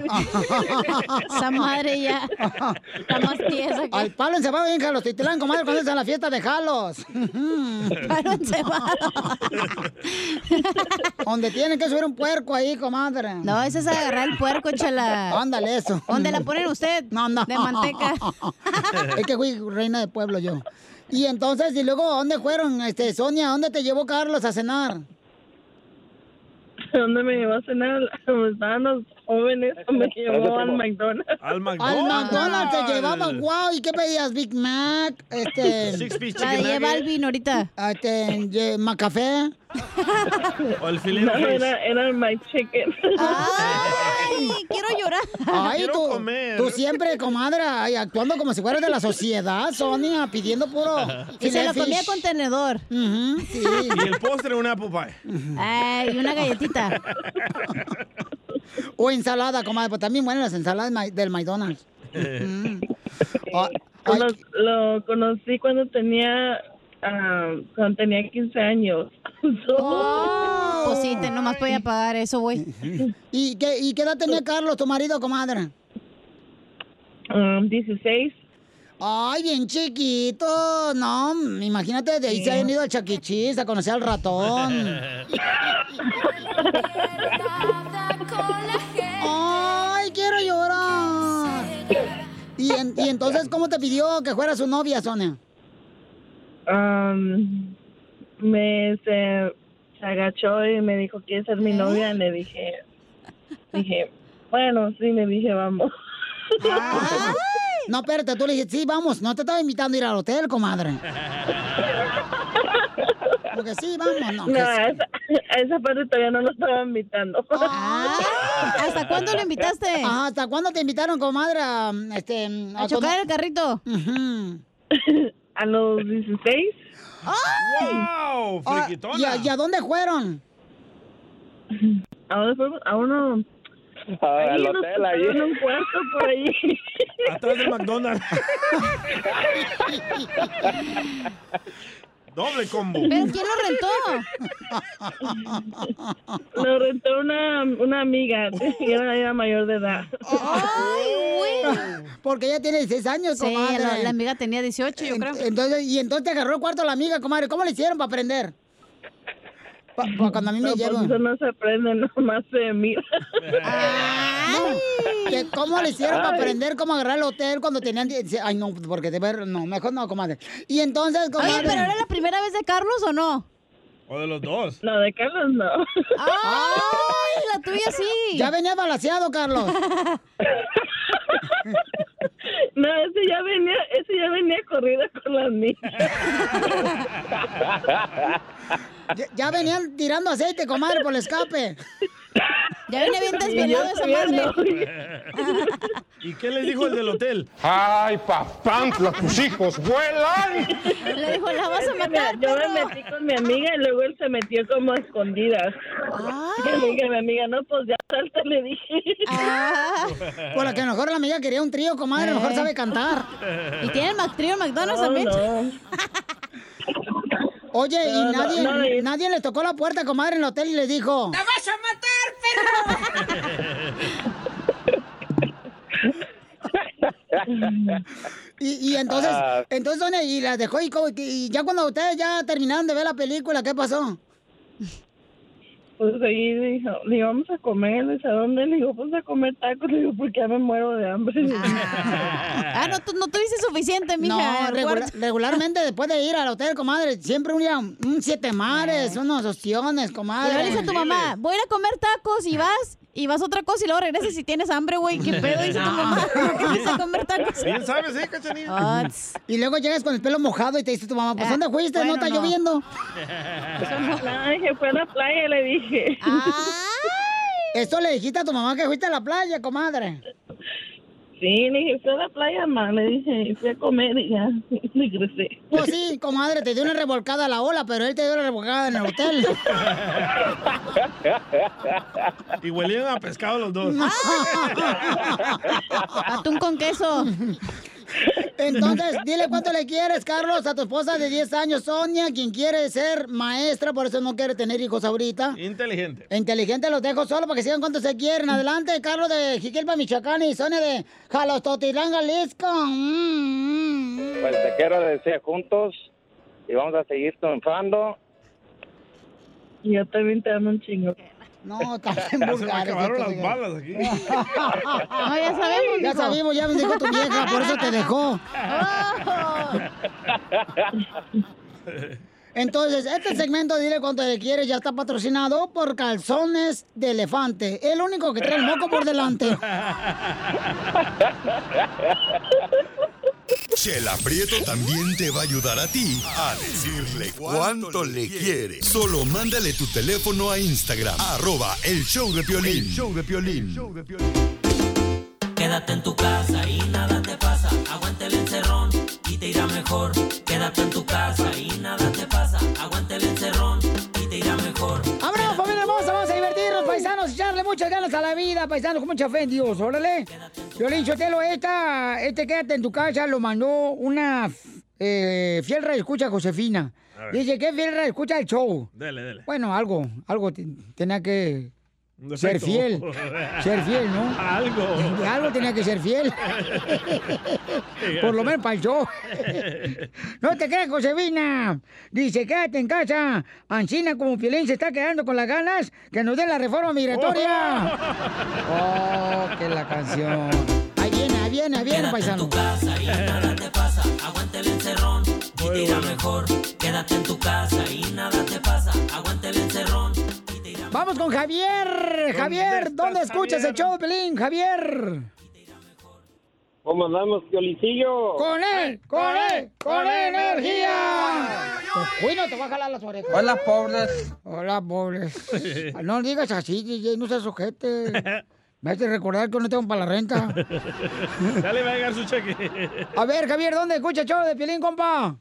Esa
madre ya.
Está
más tiesa que-
Al palo encebado en Jalos Titlán, comadre, cuando es a la fiesta de Jalos. palo encebado. Donde tienen que subir un puerco ahí, comadre.
No, ese es agarrar el puerco, chala.
Ándale, eso.
¿Dónde la ponen usted?
No, no.
De manteca.
es que fui reina de pueblo yo. Y entonces, y luego, ¿a ¿dónde fueron? Este, Sonia, ¿a ¿dónde te llevó Carlos a cenar?
¿Dónde me llevó a cenar? Como estaban los jóvenes, me llevó al McDonald's.
Al Ah.
Al McDonald's te llevaba, wow, ¿y qué pedías? Big Mac, este...
Six piece La chicken de nugget.
Balvin ahorita. Este, ye- Macafé.
O el filete.
No, era, era el McChicken.
¡Ay!
Quiero llorar.
Ay, tú, tú siempre, comadre, ay, actuando como si fueras de la sociedad, Sonia, pidiendo puro.
Y se lo
filet
comía
fish.
con tenedor.
sí.
Y el postre, una apple pie.
Ay, y una galletita.
O ensalada, comadre, pues también buenas las ensaladas ma- del McDonald's.
Lo, lo conocí cuando tenía, ah, cuando tenía 15 años.
Pues sí, te- nomás podía pagar eso, güey.
Oh. ¿Y qué, ¿Y qué edad tenía Carlos, tu marido, comadre?
16.
Ay, bien chiquito. No, imagínate, de ahí se han ido al chaquichis a conocer al ratón. Ay, quiero llorar. Y, en- y entonces, ¿cómo te pidió que fuera su novia, Sonia?
Um, me se, se agachó y me dijo, ¿quieres ser
¿Eh?
mi novia? Y le dije, dije, bueno, sí, le dije, vamos.
No, espérate, tú le dijiste, sí, vamos, no te estaba invitando a ir al hotel, comadre. Porque sí, vamos, no.
No,
que sí.
a, esa, a esa parte todavía no lo estaba invitando.
Ah, ¿Hasta cuándo lo invitaste? ¿Hasta cuándo te invitaron, comadre, a, este, a,
chocar
el
Oh.
carrito?
A los 16.
¡Wow!
Ah, ¿y, a, y a dónde fueron?
¿A dónde fuimos? A uno...
Ah,
ahí
el
nos
hotel ahí.
pusieron En un cuarto por ahí.
Atrás del McDonald's. Doble combo.
rentó? Lo rentó una, una amiga, y era, era mayor de edad.
¡Ay, güey! Porque ella tiene 16 años,
Sí,
comadre.
la- la
amiga tenía 18, yo creo. Entonces, y entonces te agarró el cuarto la amiga, comadre. ¿Cómo le hicieron para aprender? Pa- pa- cuando a mí me
No, pues,
llevan.
eso no se aprende, nomás se mira.
¿Qué- ¿Cómo le hicieron para
Ay.
aprender cómo agarrar el hotel cuando tenían... die- Ay, no, porque de ver... No, mejor no, comadre. Y entonces, comadre...
Oye, ¿pero era la primera vez de Carlos o no?
O de los dos.
No, de Carlos no.
¡Ay, la tuya sí!
Ya venía balaseado, Carlos.
No, ese ya venía, ese ya venía corriendo. aburrida con las niñas.
Ya, ya venían tirando aceite, comadre, por el escape.
Ya viene bien despeinado esa madre.
¿Y qué les dijo el del hotel?
¡Ay, papantla, tus hijos vuelan!
Le dijo, "La vas a
Es que mira,
matar,
Yo
perro".
me metí con mi amiga y luego él se metió como a escondidas. Y le dije a mi amiga, no, pues ya salta, le dije.
Ah.
Por Ah. la que a lo mejor la amiga quería un trío, comadre, a lo mejor
Eh.
sabe cantar. Oh,
¿Y tienen
Mac trío McDonald's
No,
también.
Oye, y
No, no,
nadie,
no, y-
nadie le tocó la puerta, comadre, en el hotel y le dijo.
¡La vas a matar, perro!
Y, y entonces,
Ah.
entonces, ¿dónde? Y las dejó y, cómo- y ya cuando ustedes ya terminaron de ver la película, ¿qué pasó?
Pues ahí dijo, le digo, vamos a comer, le dice, ¿a dónde? Le digo, pues a comer tacos, le digo, porque ya me muero de hambre.
Ah, no, tú no tuviste suficiente, mija. eh,
No, regula- regularmente después de ir al hotel, comadre, siempre un, día, un siete mares, unos opciones,
Y
comadre.
Eh. le dices a tu mamá, voy a ir a comer tacos y vas, y vas a otra cosa y luego regresas y tienes hambre, güey. ¿Qué pedo? Dice tu mamá, ¿por qué fuiste a comer tacos?
Bien sabes, ¿eh, Cachanilla?
Y luego llegas con el pelo mojado y te dice tu mamá,
Ah,
pues ¿dónde fuiste? no
bueno,
está
no.
lloviendo.
No, dije, fue a la playa, le dije.
Esto le dijiste a tu mamá que fuiste a la playa, comadre.
Sí, le dije, fui a la playa, ma, le dije, y fui a comer y ya regresé.
Pues sí, comadre, te dio una revolcada a la ola, pero él te dio la revolcada en el hotel.
Y huelían a pescado los dos.
Atún con queso. Entonces, dile cuánto le quieres, Carlos, a tu esposa de 10 años, Sonia, quien quiere ser maestra, por eso no quiere tener hijos ahorita.
Inteligente.
Inteligente los dejo solo para que sigan cuánto se quieren. Adelante, Carlos de Jiquilpa, Michoacán y Sonia de Jalostotirán, Jalisco. Mm, mm.
Pues te quiero decir juntos y vamos a seguir triunfando.
Y yo también te amo un chingo.
No, están
Ya se me acabaron
estos
las balas
señores. No, Ah, ya sabemos. Ya
mijo.
sabemos, ya me dijo tu vieja, por eso te dejó. Oh. Entonces, este segmento, dile cuánto le quieres, ya está patrocinado por calzones de elefante. El único que trae el moco por delante.
Chela Prieto también te va a ayudar a ti a decirle cuánto le quiere. Solo mándale tu teléfono a Instagram, arroba el show de Piolín.
El
show de Piolín.
Quédate en tu casa y nada te pasa. Aguante el encerrón y te irá mejor. Quédate en tu casa y nada te pasa. Aguante el encerrón y te irá mejor.
¡Vámonos, familia hermosa! Vamos a divertirnos, paisanos, echarle muchas ganas a la vida, paisanos, con mucha fe en Dios, órale. Violín Sotelo, esta, este quédate en tu casa, lo mandó una eh, fiel escucha Josefina.
A ver.
Dice que fiel escucha el show.
Dele, dele.
Bueno, algo, algo te- tenía que
Un defecto.
ser fiel. Ser fiel, ¿no?
Algo.
Algo tenía que ser fiel. Por lo menos para el show. No te creas, Josefina. Dice, quédate en casa. Ancina como Piolín se está quedando con las ganas que nos den la reforma migratoria. Oh, que la canción. Ahí viene, ahí viene, ahí viene, paisano.
Casa y nada te pasa. Aguante el encerrón y te irá mejor. Quédate en tu casa y nada te pasa. Aguante el encerrón.
Vamos con Javier. Javier, ¿dónde escuchas el show, Pelín? Javier.
¿Cómo andamos, Piolincillo?
Con él, con él, con él, energía. Uy, no te voy a jalar las orejas.
Hola, pobres.
Hola, pobres. No digas así, DJ, no seas ojete. Me hace recordar que no tengo para la renta.
ya le va a llegar su cheque.
A ver, Javier, ¿dónde escucha el show de Piolín, compa?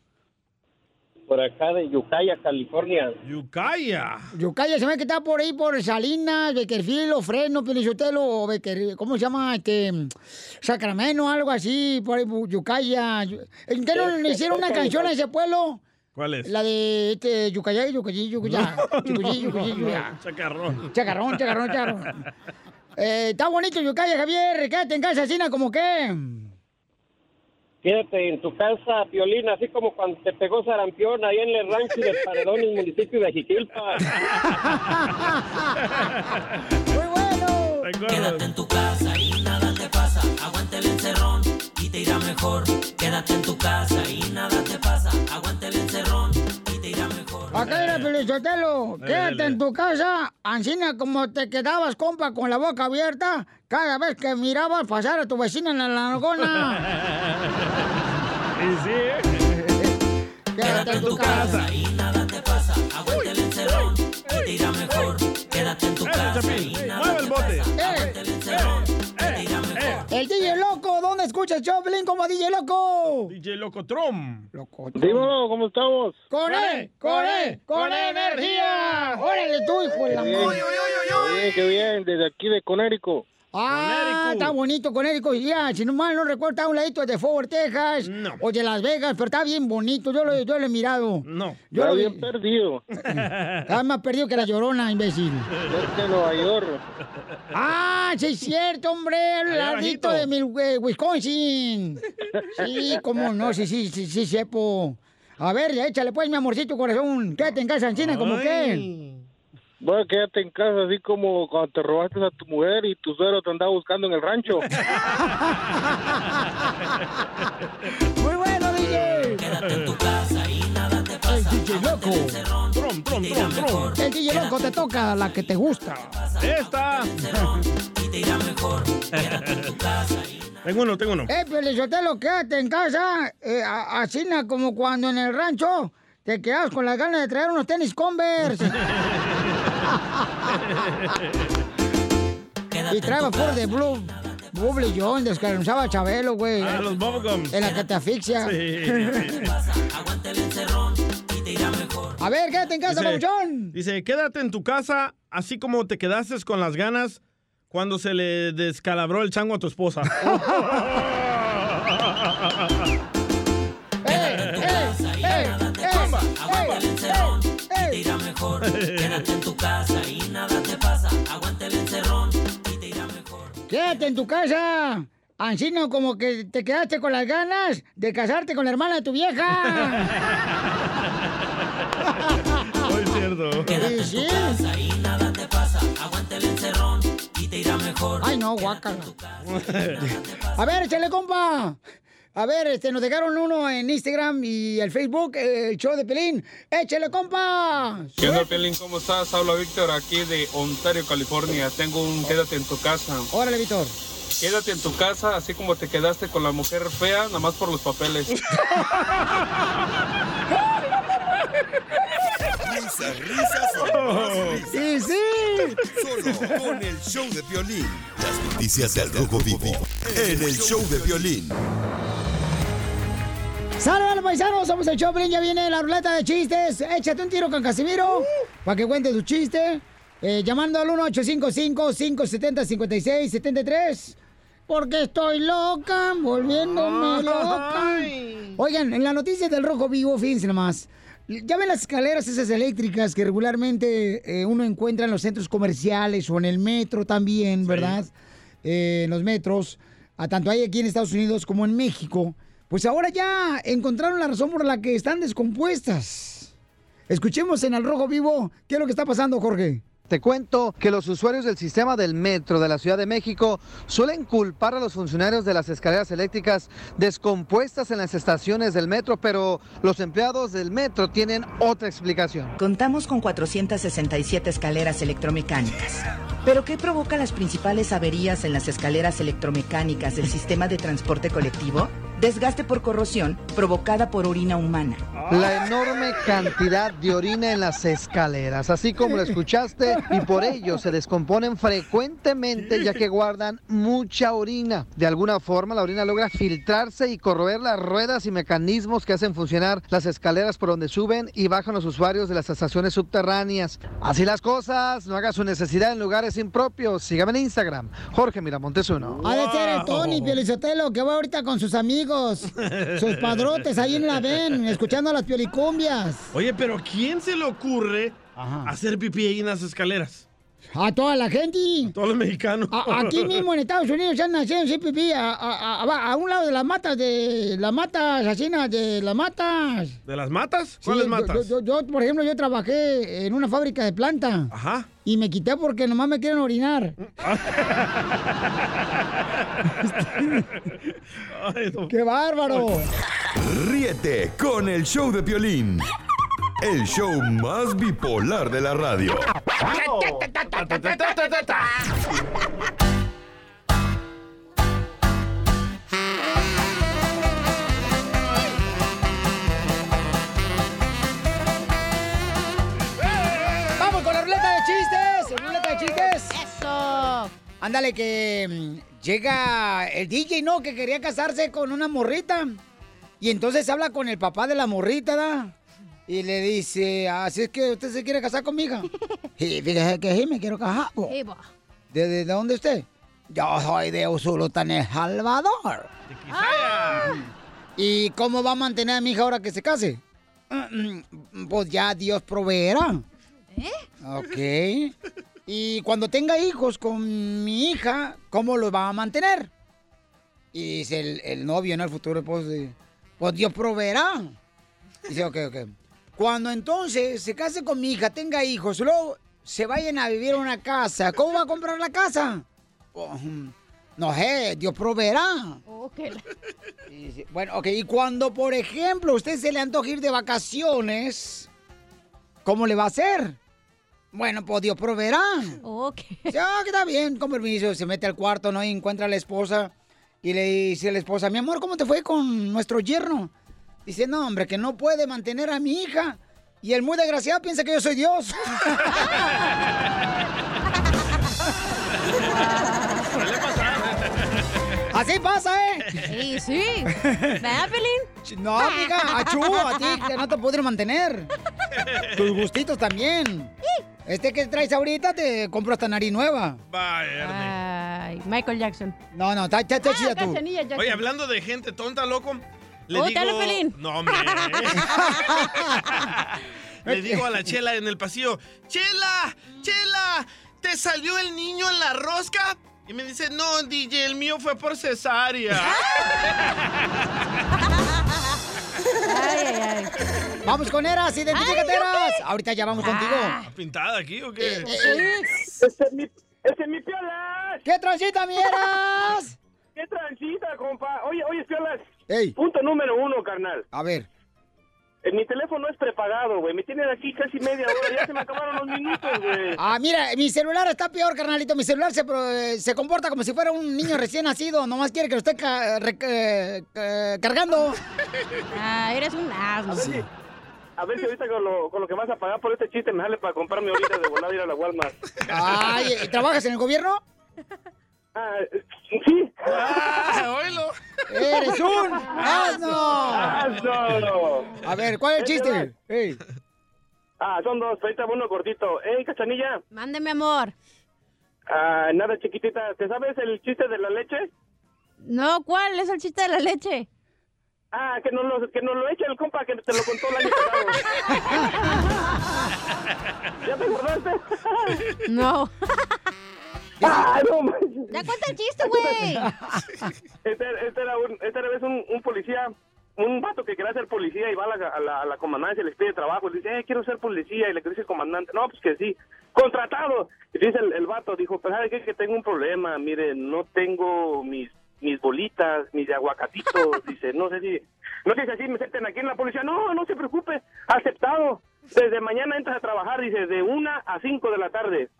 Por acá de Yucaya, California.
Yucaya.
Yucaya, se me que está por ahí, por Salinas, Beckerfield, o Fresno, Piolichotelo, o Becker... ¿Cómo se llama? Este... Sacramento, algo así, por ahí, Yucaya. ¿En qué no le hicieron una canción a ese pueblo?
¿Cuál es?
La de este, Yucayá, Yucayí, Yucayá. Yucayí, Yucayí, Yucayá.
Chacarrón.
Chacarrón, chacarrón, chacarrón. Eh, está bonito Yucaya, Javier. Quédate en casa, Sina, como que.
Quédate en tu casa, Piolín, así como cuando te pegó sarampión ahí en el rancho de Paredón, en el municipio de Jiquilpa.
Quédate en tu casa y nada te pasa. Aguante el encerrón y te irá mejor. Quédate en tu casa y nada te pasa. Aguante el encerrón y te irá mejor.
Acá era Pelichotelo.
Dale,
Quédate
dale.
en tu casa, Ancina, como te quedabas, compa, con la boca abierta cada vez que mirabas pasar a tu vecina en la langona.
Quédate en tu casa y nada te pasa. Aguanta el encerrón y te irá mejor. Quédate en tu casa y nada te pasa. Aguanta el encerrón y te irá mejor.
El DJ Loco, ¿dónde escuchas Choplin como DJ Loco?
DJ Locotrom.
Locotrom.
Dímelo, ¿cómo estamos?
¡Con él! ¡Con él! ¡Con E energía! ¡Órale tú, hijo de la
Qué
madre!
bien, qué bien, desde aquí de Conérico.
Ah, está bonito con Érico. Ya, si no mal no recuerdo, está a un ladito de Fort Worth, Texas o de Las Vegas, pero está bien bonito. Yo lo, yo lo he mirado.
No,
yo
está
lo vi-
bien perdido.
Está más perdido que la llorona, imbécil.
Este es Nueva York.
¡Ah, sí es cierto, hombre! ¡El
Allá
ladito de
abajito.
Mil- eh, Wisconsin! Sí, cómo no, sí, sí, sí, sí, sepo. A ver, ya échale pues, mi amorcito corazón. Quédate en casa en China, como que.
Bueno, quédate en casa así como cuando te robaste a tu mujer y tu suegro te andaba buscando en el rancho.
¡Muy bueno, DJ!
Quédate en tu casa y nada te pasa.
El DJ Loco.
Trom, trom, trom, trom.
El DJ Loco te toca la que te gusta.
Esta. tengo uno, tengo uno.
Eh, Piolichotelo, quédate en casa, eh, a- así na como cuando en el rancho te quedas con las ganas de traer unos tenis Converse. y traga por de Blue. Buble John, descansaba a Chabelo, güey.
Ah, los bubblegums.
En la que te asfixia.
Aguanta el encerrón y te irá mejor.
A ver, quédate en casa,
Dice-
Pabuchón.
Dice, quédate en tu casa, así como te quedaste con las ganas cuando se le descalabró el chango a tu esposa.
Aguanta el encerrón y te irá mejor. Quédate en tu casa y nada te pasa. Aguanta el encerrón.
Quédate en tu casa. Ancino, como que te quedaste con las ganas de casarte con la hermana de tu vieja.
Muy cierto.
Quédate en tu casa y nada te pasa. Aguanta el encerrón y te irá mejor.
Ay, no, guácala. A ver, échale, compa. A ver, este, nos dejaron uno en Instagram y el Facebook, eh, el show de Pelín. ¡Échale, compa!
¿Qué onda, Piolín? ¿Cómo estás? Habla Víctor aquí de Ontario, California. Tengo un quédate en tu casa.
Órale, Víctor.
Quédate en tu casa, así como te quedaste con la mujer fea, nada más por los papeles.
Risas, risas o más risas.
¡Sí, sí!
Solo con el show de violín. Las noticias del rojo vivo. En el show de violín.
¡Sale, dale, paisanos! Somos el show, Pelín. Ya viene la ruleta de chistes. Échate un tiro con Casimiro para que cuente tu chiste. Eh, llamando al 1-855-570-5673. Porque estoy loca, volviéndome loca. Oigan, en la noticia del Rojo Vivo, fíjense nomás. Ya ven las escaleras esas eléctricas que regularmente eh, uno encuentra en los centros comerciales o en el metro también, ¿verdad? Eh, en los metros, a tanto hay aquí en Estados Unidos como en México. Pues ahora ya encontraron la razón por la que están descompuestas. Escuchemos en Al Rojo Vivo qué es lo que está pasando, Jorge.
Te cuento que los usuarios del sistema del metro de la Ciudad de México suelen culpar a los funcionarios de las escaleras eléctricas descompuestas en las estaciones del metro, pero los empleados del metro tienen otra explicación.
Contamos con 467 escaleras electromecánicas. ¿Pero qué provoca las principales averías en las escaleras electromecánicas del sistema de transporte colectivo? Desgaste por corrosión provocada por orina humana.
La enorme cantidad de orina en las escaleras, así como lo escuchaste, y por ello se descomponen frecuentemente ya que guardan mucha orina. De alguna forma la orina logra filtrarse y corroer las ruedas y mecanismos que hacen funcionar las escaleras por donde suben y bajan los usuarios de las estaciones subterráneas. Así las cosas, no haga su necesidad en lugares impropios. Sígame en Instagram, Jorge Miramontes uno.
Ha de ser el Tony Piolizotelo que va ahorita con sus amigos, sus padrotes ahí en la ven, escuchando las piolicumbias.
Oye, pero ¿quién se le ocurre hacer pipí ahí en las escaleras?
A toda la gente. A
todos los mexicanos.
A- aquí mismo en Estados Unidos se han nacido en CPP, a, a- a- a un lado de las matas, de las matas, asesinas de las matas.
¿De las matas?
Sí,
¿Cuáles
yo-
matas?
Yo, yo, por ejemplo, yo trabajé en una fábrica de planta.
Ajá. Mm,
Y me quité porque nomás me quieren orinar. ¡Qué bárbaro!
Ríete con el show de violín. El show más bipolar de la radio.
Ándale, que mm, llega el DJ, ¿no? Que quería casarse con una morrita. Y entonces habla con el papá de la morrita, ¿da? Y le dice, así es que usted se quiere casar con mi hija. Y fíjese que sí, me quiero casar. po.
Sí, bo.
¿De, de, de dónde usted? Yo soy de Usulután, El Salvador. Ah. ¿Y cómo va a mantener a mi hija ahora que se case? Mm, mm, Pues ya Dios proveerá. ¿Eh? Ok. Y cuando tenga hijos con mi hija, ¿cómo los va a mantener? Y dice el, el novio, ¿no? El futuro esposo. dice, Pues Dios proveerá. Dice, ok, ok. Cuando entonces se case con mi hija, tenga hijos, luego se vayan a vivir a una casa, ¿cómo va a comprar la casa? Pues, mm, no sé, Dios proveerá. Y dice, Bueno, ok, y cuando, por ejemplo, a usted se le antoja ir de vacaciones, ¿cómo le va a hacer? Bueno, pues Dios proveerá.
Ok.
Ya, que está bien, con permiso, se mete al cuarto, ¿no? Y encuentra a la esposa. Y le dice la esposa, mi amor, ¿cómo te fue con nuestro yerno? Dice, no, hombre, que no puede mantener a mi hija. Y el muy desgraciado piensa que yo soy Dios. Así pasa, ¿eh?
Sí, sí. ¿Verdad, Pelín?
No, amiga, achú, a ti que no te pudieron mantener. Tus gustitos también. Este que traes ahorita te compro esta nariz nueva.
Ay, Michael Jackson. Ah,
No, no, está está- está chida tú.
Oye, hablando de gente tonta, loco, le
Oh,
digo...
dale, Pelín.
No, hombre. le digo a la Chela en el pasillo, Chela, Chela, ¿te salió el niño en la rosca? Y me dice, no, DJ, el mío fue por cesárea.
Vamos con Eras, identifícate,
Ay, yo
Eras. Ahorita ya vamos contigo.
Ah.
¿Está ¿Pintada aquí o
Eh,
qué?
Ese Este es mi, ese es mi piolas. ¿Qué transita, mi Eras?
¿Qué transita, compa? Oye, oye, Piolas.
Ey.
Punto número uno, carnal.
A ver.
Eh, mi teléfono es prepagado, güey. Me tienen aquí casi media hora. Ya se me acabaron los minutos, güey.
Ah, mira, mi celular está peor, carnalito. Mi celular se, pro- eh, se comporta como si fuera un niño recién nacido. Nomás quiere que lo esté ca- re- eh, eh, cargando.
Ah, eres un asno.
A ver, si, a ver si ahorita con lo, con lo que vas a pagar por este chiste me sale para comprarme ahorita de volada ir a la Walmart.
Ay, eh, ¿trabajas en el gobierno?
Ah, sí.
Ah, ¡Eres un asno!
¡Asno!
A ver, ¿cuál es el chiste?
Ah, son dos. Ahorita uno cortito. ¡Ey, cachanilla!
Mándeme, amor.
Ah, nada, chiquitita. ¿Te sabes el chiste de la leche?
No, ¿cuál es el chiste de la leche?
Ah, que no lo, que no lo eche el compa que te lo contó el año pasado. ¿Ya te acordaste?
No.
Ah, no, ma-
Ya cuenta el chiste, güey.
este, este era, un, este era vez un, un policía, un vato que quería ser policía y va a la, a la, a la comandancia, les pide trabajo, le dice, eh, quiero ser policía, y le dice el comandante, no, pues que sí, contratado. Y dice el, el vato, dijo, pues sabe qué? que tengo un problema, mire, no tengo mis mis bolitas, mis aguacatitos, dice, no sé si, no sé si así me acepten aquí en la policía, no, no se preocupe, aceptado, desde mañana entras a trabajar, dice, de una a cinco de la tarde.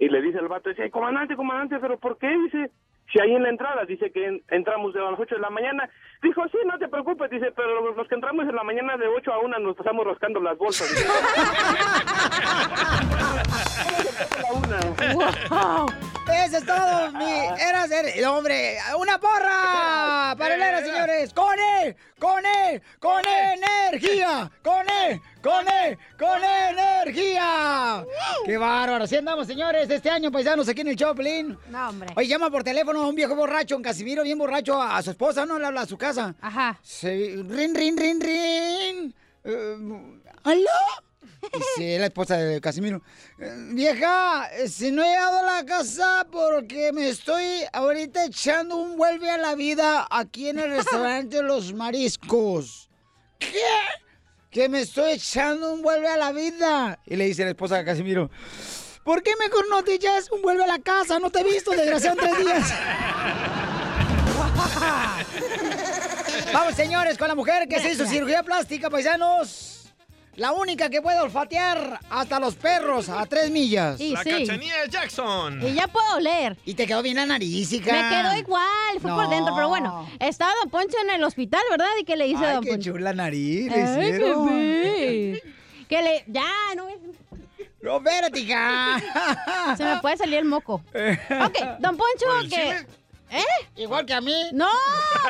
Y le dice el vato, dice, "Ay, comandante, comandante, pero ¿por qué? Dice, si ahí en la entrada, dice que en- entramos de las 8 de la mañana. Dijo, sí, no te preocupes, dice, pero los, los que entramos en la mañana de 8 a 1 nos pasamos rascando las bolsas. dice.
¡Wow! Eso es todo, mi eras, eres- no, hombre, una porra para el Eras, señores. Con él, con él, con E energía, con él, con él, con E energía. Qué bárbaro, así andamos, señores, este año paisanos aquí en el Choplin.
No, hombre.
Oye, llama por teléfono a un viejo borracho, un Casimiro bien borracho, a, a su esposa, ¿no? Le habla a su casa.
Ajá.
rin, rin, rin, rin. Eh, ¿Aló? Dice la esposa de Casimiro. "Eh, Vieja, eh, si no he llegado a la casa porque me estoy ahorita echando un vuelve a la vida aquí en el restaurante Los Mariscos. ¿Qué? Que me estoy echando un vuelve a la vida. Y le dice la esposa de Casimiro. ¿Por qué mejor no te echas un vuelve a la casa? No te he visto, desgraciado, en tres días. Vamos, señores, con la mujer que se hizo cirugía plástica, paisanos. La única que puede olfatear hasta los perros a tres millas.
la cachanilla de Jackson.
ya puedo oler.
Y te quedó bien la nariz, hija.
Me quedó igual, fue por
No.
dentro, pero bueno. Estaba Don Poncho en el hospital, ¿verdad? Y que le hice
Ay,
Don
qué
Poncho.
chula nariz, le
Ay,
hicieron.
bebé. Que le. Ya, no.
No, espérate, hija.
Se me puede salir el moco. Ok, don
¿Por el
Poncho, que.
chile?
¿Eh?
Igual que a mí.
¡No!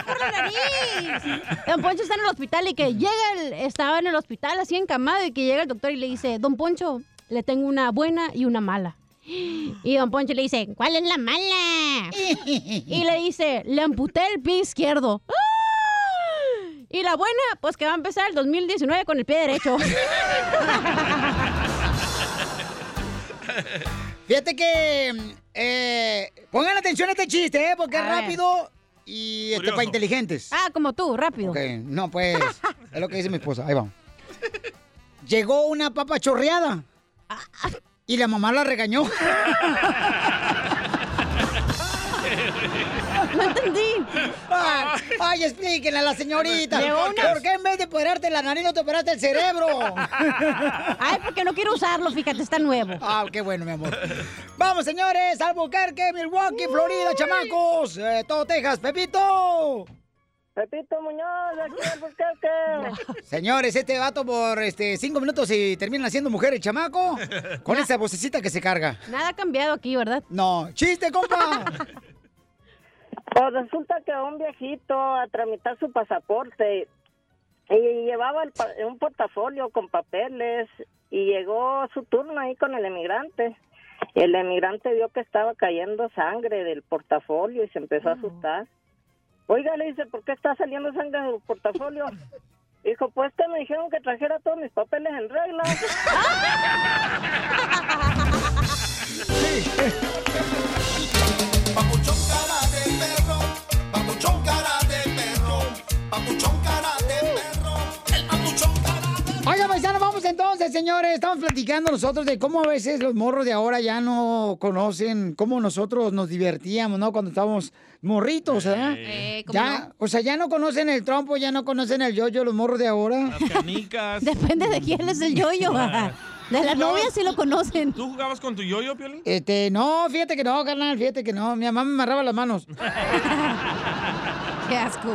¡Por la nariz! Don Poncho está en el hospital y que llega el. Estaba en el hospital así encamado y que llega el doctor y le dice: Don Poncho, le tengo una buena y una mala. Y don Poncho le dice: ¿Cuál es la mala? Y le dice: Le amputé el pie izquierdo. ¡Ah! Y la buena, pues que va a empezar el 2019 con el pie derecho.
Fíjate que. eh, pongan atención a este chiste, ¿eh? Porque es
A ver.
rápido y este,
Curioso.
para inteligentes.
Ah, como tú, rápido.
Ok, no, pues. es lo que dice mi esposa. Ahí vamos. Llegó una papa chorreada.
Ah.
Y la mamá la regañó.
No
entendí.
Ay, ay, explíquenle a la señorita.
Llegó una-
¿Por qué en vez de operarte la nariz no te operaste el cerebro?
Ay, porque no quiero usarlo, fíjate, está nuevo.
Ah, qué bueno, mi amor. Vamos, señores, Albuquerque, Milwaukee, Florida, chamacos. Eh, todo Texas, Pepito.
Pepito Muñoz, aquí Albuquerque.
Señores, este vato por este cinco minutos y terminan siendo mujeres, chamaco. Con esa vocecita que se carga.
Nada ha cambiado aquí, ¿verdad?
No, chiste, compa.
Pues resulta que un viejito a tramitar su pasaporte y llevaba el pa- un portafolio con papeles y llegó su turno ahí con el emigrante. El emigrante vio que estaba cayendo sangre del portafolio y se empezó a asustar. Oiga, le dice, ¿por qué está saliendo sangre del portafolio? Dijo, pues que me dijeron que trajera todos mis papeles en regla.
Papuchón cara de perro, papuchón cara de perro, el papuchón cara
Oiga, paisano, vamos entonces, señores. Estamos platicando nosotros de cómo a veces los morros de ahora ya no conocen cómo nosotros nos divertíamos, ¿no? Cuando estábamos morritos, ¿verdad?
Eh, ¿cómo
ya,
no?
O sea, ya no conocen el trompo, ya no conocen el yoyo, los morros de ahora.
Depende de quién es el yoyo. De las novias sí lo conocen.
¿Tú jugabas con tu yoyo, Piolín?
Este, no, fíjate que no, carnal, fíjate que no. Mi mamá me amarraba las manos.
Qué asco.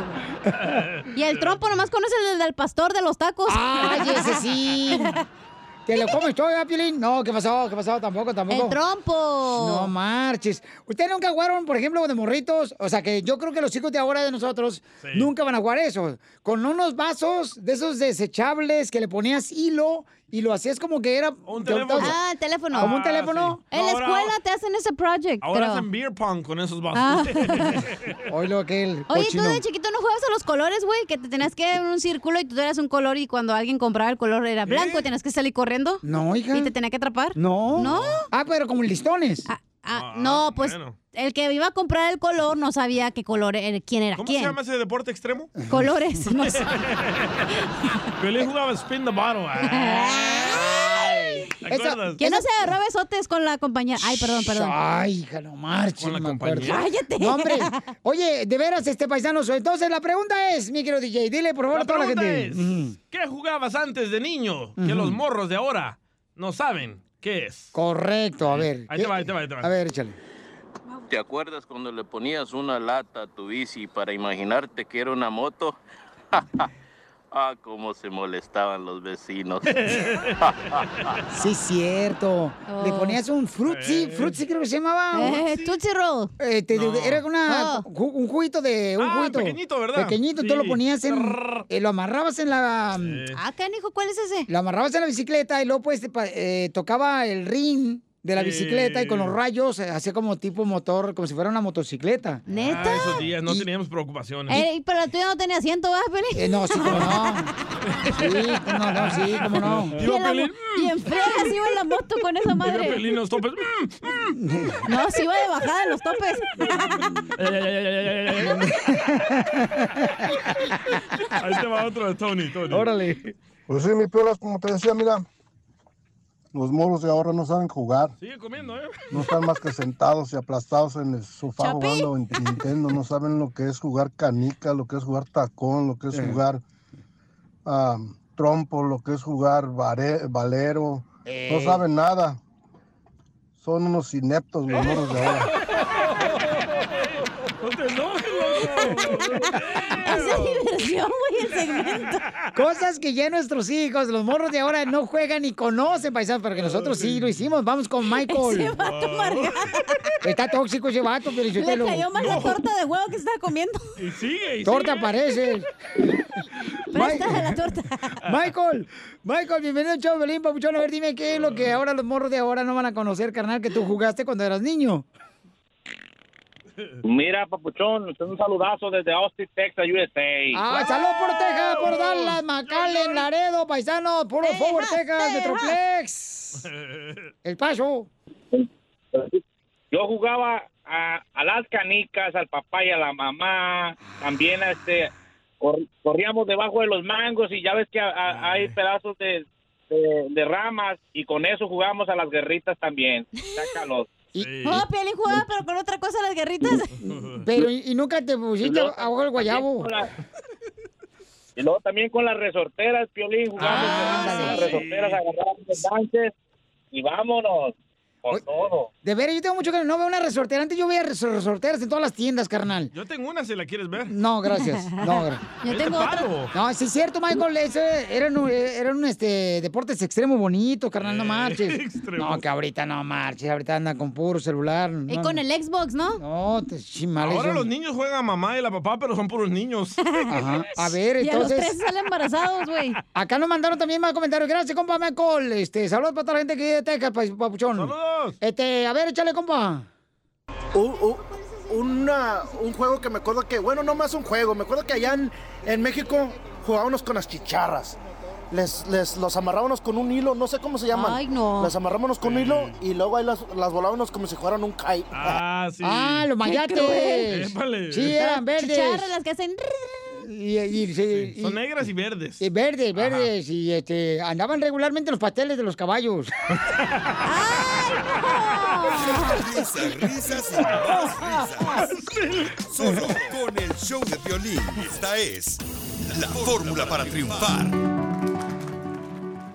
Y el trompo nomás conoce el del pastor de los tacos.
Ay, ese sí. ¿Te lo comes todo, ¿verdad, Piolín? No, ¿qué pasó? ¿Qué pasó? Tampoco, tampoco.
El trompo.
No marches. ¿Ustedes nunca jugaron, por ejemplo, de morritos? O sea, que yo creo que los hijos de ahora de nosotros nunca van a jugar eso. Con unos vasos de esos desechables que le ponías hilo y lo hacías como que era... Un
teléfono.
Ah, el teléfono.
Como un teléfono.
En la escuela te hacen ese project.
Ahora
pero- Ah.
hacen beer pong con esos vasos.
Hoy lo que el
Oye, tú de chiquito no jugabas a los colores, güey, que te tenías que ver en un círculo y tú eras un color y cuando alguien compraba el color era blanco y tenías que salir corriendo.
¿Eh? No, hija.
Y te tenía que atrapar.
No.
No.
Ah, pero como listones.
Ah, no, pues
bueno.
el que iba a comprar el color no sabía qué color era, quién era
¿Cómo
quién.
se llama ese deporte extremo?
Colores, no sé.
Piolín jugaba spin the bottle. ah. Ay, ¿Te acuerdas?
Que no se agarró besotes con la compañía. Ay, perdón, perdón.
Ay, hija, no marches.
Con la
no me acuerdo.
compañera. Cállate.
No, hombre. Oye, de veras, este paisano. soy. Entonces, la pregunta es, mi querido DJ, dile por favor
La
a toda la
pregunta
gente.
es, ¿qué jugabas antes de niño que
Ujú.
los morros de ahora no saben qué es?
Correcto, a ver.
Ahí te va, ahí te va, ahí te va.
A ver, échale.
¿Te acuerdas cuando le ponías una lata a tu bici para imaginarte que era una moto? ah, cómo se molestaban los vecinos.
Sí, cierto.
Oh.
Le ponías un
Eh.
frutzi, frutzi creo que se llamaba.
Eh, Tootsie Roll.
Eh, te-
No.
Era una,
Oh.
ju- un juguito de... Un
Ah,
juguito.
pequeñito, ¿verdad?
Pequeñito, tú
Sí.
lo ponías en... eh, lo amarrabas en la... mm,
Ah, canijo, ¿cuál es ese?
Lo amarrabas en la bicicleta y luego pues te pa- eh, tocaba el ring de la
Sí.
bicicleta y con los rayos eh, hacía como tipo motor, como si fuera una motocicleta.
Ah, esos días no teníamos preocupaciones.
Eh, pero la tuya no tenía asiento, ¿vas, Pelín?
Eh, no, sí, como no. Sí, cómo no, no, sí, cómo no.
Y, en la mo- y en friega se iba en la moto con esa
Iba
madre.
Piolín, los topes. mm,
No, se iba de bajada en los topes.
Ahí te va otro de Tony, Tony.
Órale.
Pues sí, mi piolas, como te decía, mira, los moros de ahora no saben jugar.
Sigue comiendo, ¿eh?
No están más que sentados y aplastados en el sofá jugando en Nintendo. No saben lo que es jugar canica, lo que es jugar tacón, lo que es
Eh.
jugar ah, trompo, lo que es jugar vare- valero. No
Ey.
saben nada. Son unos ineptos los moros de ahora.
No te enojes.
Esa es diversión, güey, el segmento. Cosas que ya nuestros hijos, los morros de ahora, no juegan ni conocen, paisanos, pero que nosotros sí lo hicimos. Vamos con Michael.
Ese vato
Está tóxico ese vato, pero
Le cayó más la torta de huevo que estaba comiendo.
Y sigue,
Torta parece.
Presta la torta.
Michael, Michael, bienvenido al show, Belín Papuchón. A ver, dime qué es lo que ahora los morros de ahora no van a conocer, carnal, que tú jugaste cuando eras niño.
Mira, papuchón, usted un saludazo desde Austin, Texas, USA.
¡Ah, salud por Texas, por Dallas, McAllen, Laredo, paisano, puro Power Texas, Metroplex! El Paso.
Yo jugaba a, a las canicas, al papá y a la mamá. También este cor- corríamos debajo de los mangos y ya ves que a- a- hay pedazos de, de- de ramas y con eso jugábamos a las guerritas también. Sácalos.
ah,
No, Piolín jugaba, pero con otra cosa, las guerritas.
Pero, ¿y nunca te pusiste abajo el guayabo?
Y luego también con las resorteras, Piolín, jugamos
Ah,
con las resorteras, agarrábamos los ganches y vámonos con todo.
De veras, yo tengo mucho que no veo una resortera. Antes yo veía resor- resorteras en todas las tiendas, carnal.
Yo tengo una si la quieres ver. Este
No, gracias. No, gra-
Yo tengo otra.
No, sí es cierto, Michael. Eso era un, era un, este, deportes extremo bonito, carnal.
Eh,
No marches.
extremos.
No, que ahorita no marches. Ahorita anda con puro celular.
Y
no,
Eh, con el Xbox, ¿no?
No, te chimales.
Ahora
yo-
los niños juegan a mamá y la papá, pero son puros niños.
Ajá. A ver,
Y a los
entonces.
tres salen embarazados, güey.
Acá nos mandaron también más comentarios. Gracias, compa Michael. Este, saludos para toda la gente que vive de Texas, pa- papuchón. Saludos. Este, a ver, échale, compa.
u- u- una- un juego que me acuerdo que, bueno, no más un juego, me acuerdo que allá en, en México jugábamos con las chicharras. Les, les, los amarrábamos con un hilo, no sé cómo se llaman.
Ay, no.
Las amarrábamos con un hilo y luego ahí las, las volábamos como si fueran un kite.
Ah, sí.
Ah, los mayates. Sí, eran verdes.
Chicharras, las que hacen...
Y, y- se- y-
Son negras y verdes.
y verdes, verdes. Y este, andaban regularmente los pasteles de los caballos.
Risas, risas y más risas. Solo con el show de violín. Esta es la fórmula para triunfar.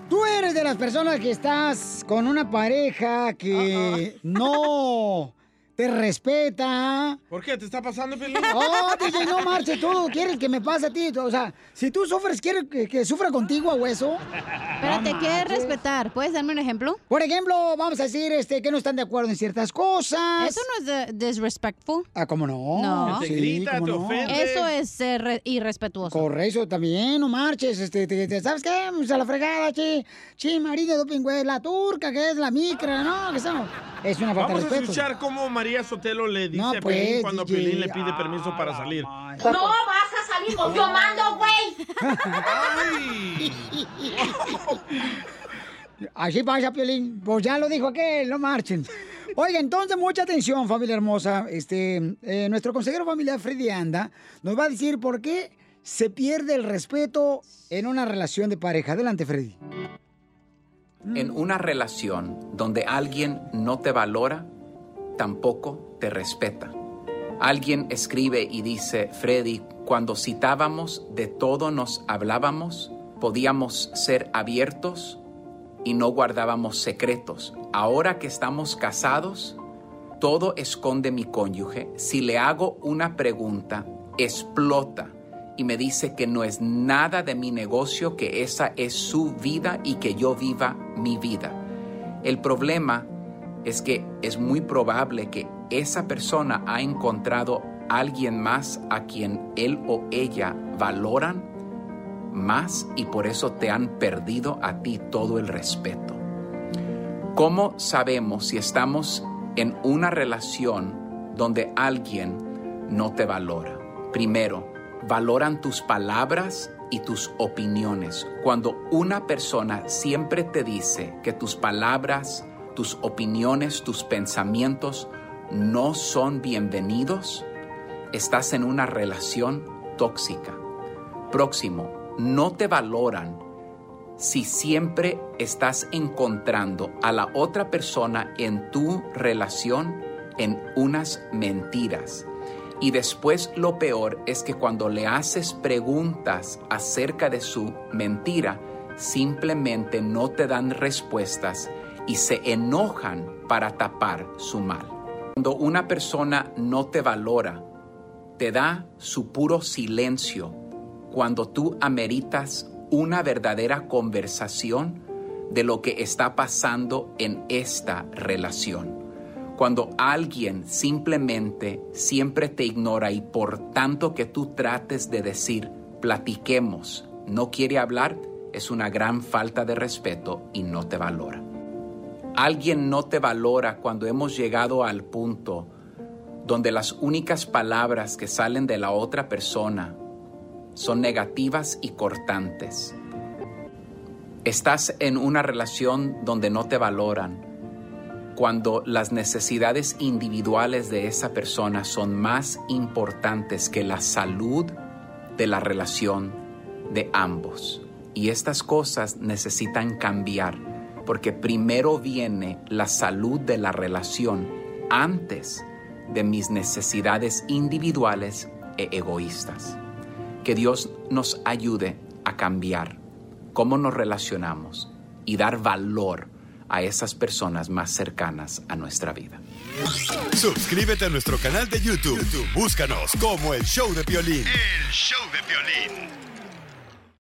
Tú eres de las personas que estás con una pareja que no te respeta.
¿Por qué? ¿Te está pasando, Pelín?
Oh, DJ, no marches tú. ¿Quieres que me pase a ti? O sea, si tú sufres, ¿quieres que, que sufra contigo a hueso?
Espérate, ¿quieres respetar? ¿Puedes darme un ejemplo?
Por ejemplo, vamos a decir este, que no están de acuerdo en ciertas cosas.
Eso no es de- disrespectful.
Ah, ¿cómo no?
No.
Sí, ¿cómo no?
Eso es ser re- irrespetuoso.
Correcto, también, no marches, este, te- te- ¿sabes qué? Pues a la fregada, che, che, marido, doping, güey, la turca, que es la micra, no, que eso, es una falta de
Vamos a
respeto.
escuchar cómo María Sotelo le dice
No,
a Pelín
pues,
cuando
DJ.
Pelín le pide permiso para salir.
No vas a salir, pues yo mando, güey.
Así pasa, Piolín. Pues ya lo dijo aquel, no marchen. Oiga, entonces, mucha atención, familia hermosa. Este, eh, nuestro consejero familiar, Freddy Anda, nos va a decir por qué se pierde el respeto en una relación de pareja. Adelante, Freddy.
En una relación donde alguien no te valora, tampoco te respeta. Alguien escribe y dice, Freddy, cuando citábamos de todo nos hablábamos, podíamos ser abiertos y no guardábamos secretos. Ahora que estamos casados, todo esconde mi cónyuge. Si le hago una pregunta, explota y me dice que no es nada de mi negocio, que esa es su vida y que yo viva mi vida. El problema es que es muy probable que esa persona ha encontrado alguien más a quien él o ella valoran más y por eso te han perdido a ti todo el respeto. ¿Cómo sabemos si estamos en una relación donde alguien no te valora? Primero, valoran tus palabras y tus opiniones. Cuando una persona siempre te dice que tus palabras, tus opiniones, tus pensamientos no son bienvenidos, estás en una relación tóxica. Próximo, no te valoran si siempre estás encontrando a la otra persona en tu relación en unas mentiras. Y después lo peor es que cuando le haces preguntas acerca de su mentira, simplemente no te dan respuestas y se enojan para tapar su mal. Cuando una persona no te valora, te da su puro silencio cuando tú ameritas una verdadera conversación de lo que está pasando en esta relación. Cuando alguien simplemente siempre te ignora y por tanto que tú trates de decir platiquemos, no quiere hablar, es una gran falta de respeto y no te valora. Alguien no te valora cuando hemos llegado al punto donde las únicas palabras que salen de la otra persona son negativas y cortantes. Estás en una relación donde no te valoran cuando las necesidades individuales de esa persona son más importantes que la salud de la relación de ambos. Y estas cosas necesitan cambiar porque primero viene la salud de la relación antes de mis necesidades individuales e egoístas. Que Dios nos ayude a cambiar cómo nos relacionamos y dar valor a esas personas más cercanas a nuestra vida.
Suscríbete a nuestro canal de YouTube. YouTube, Búscanos como el show de violín.
show de violín.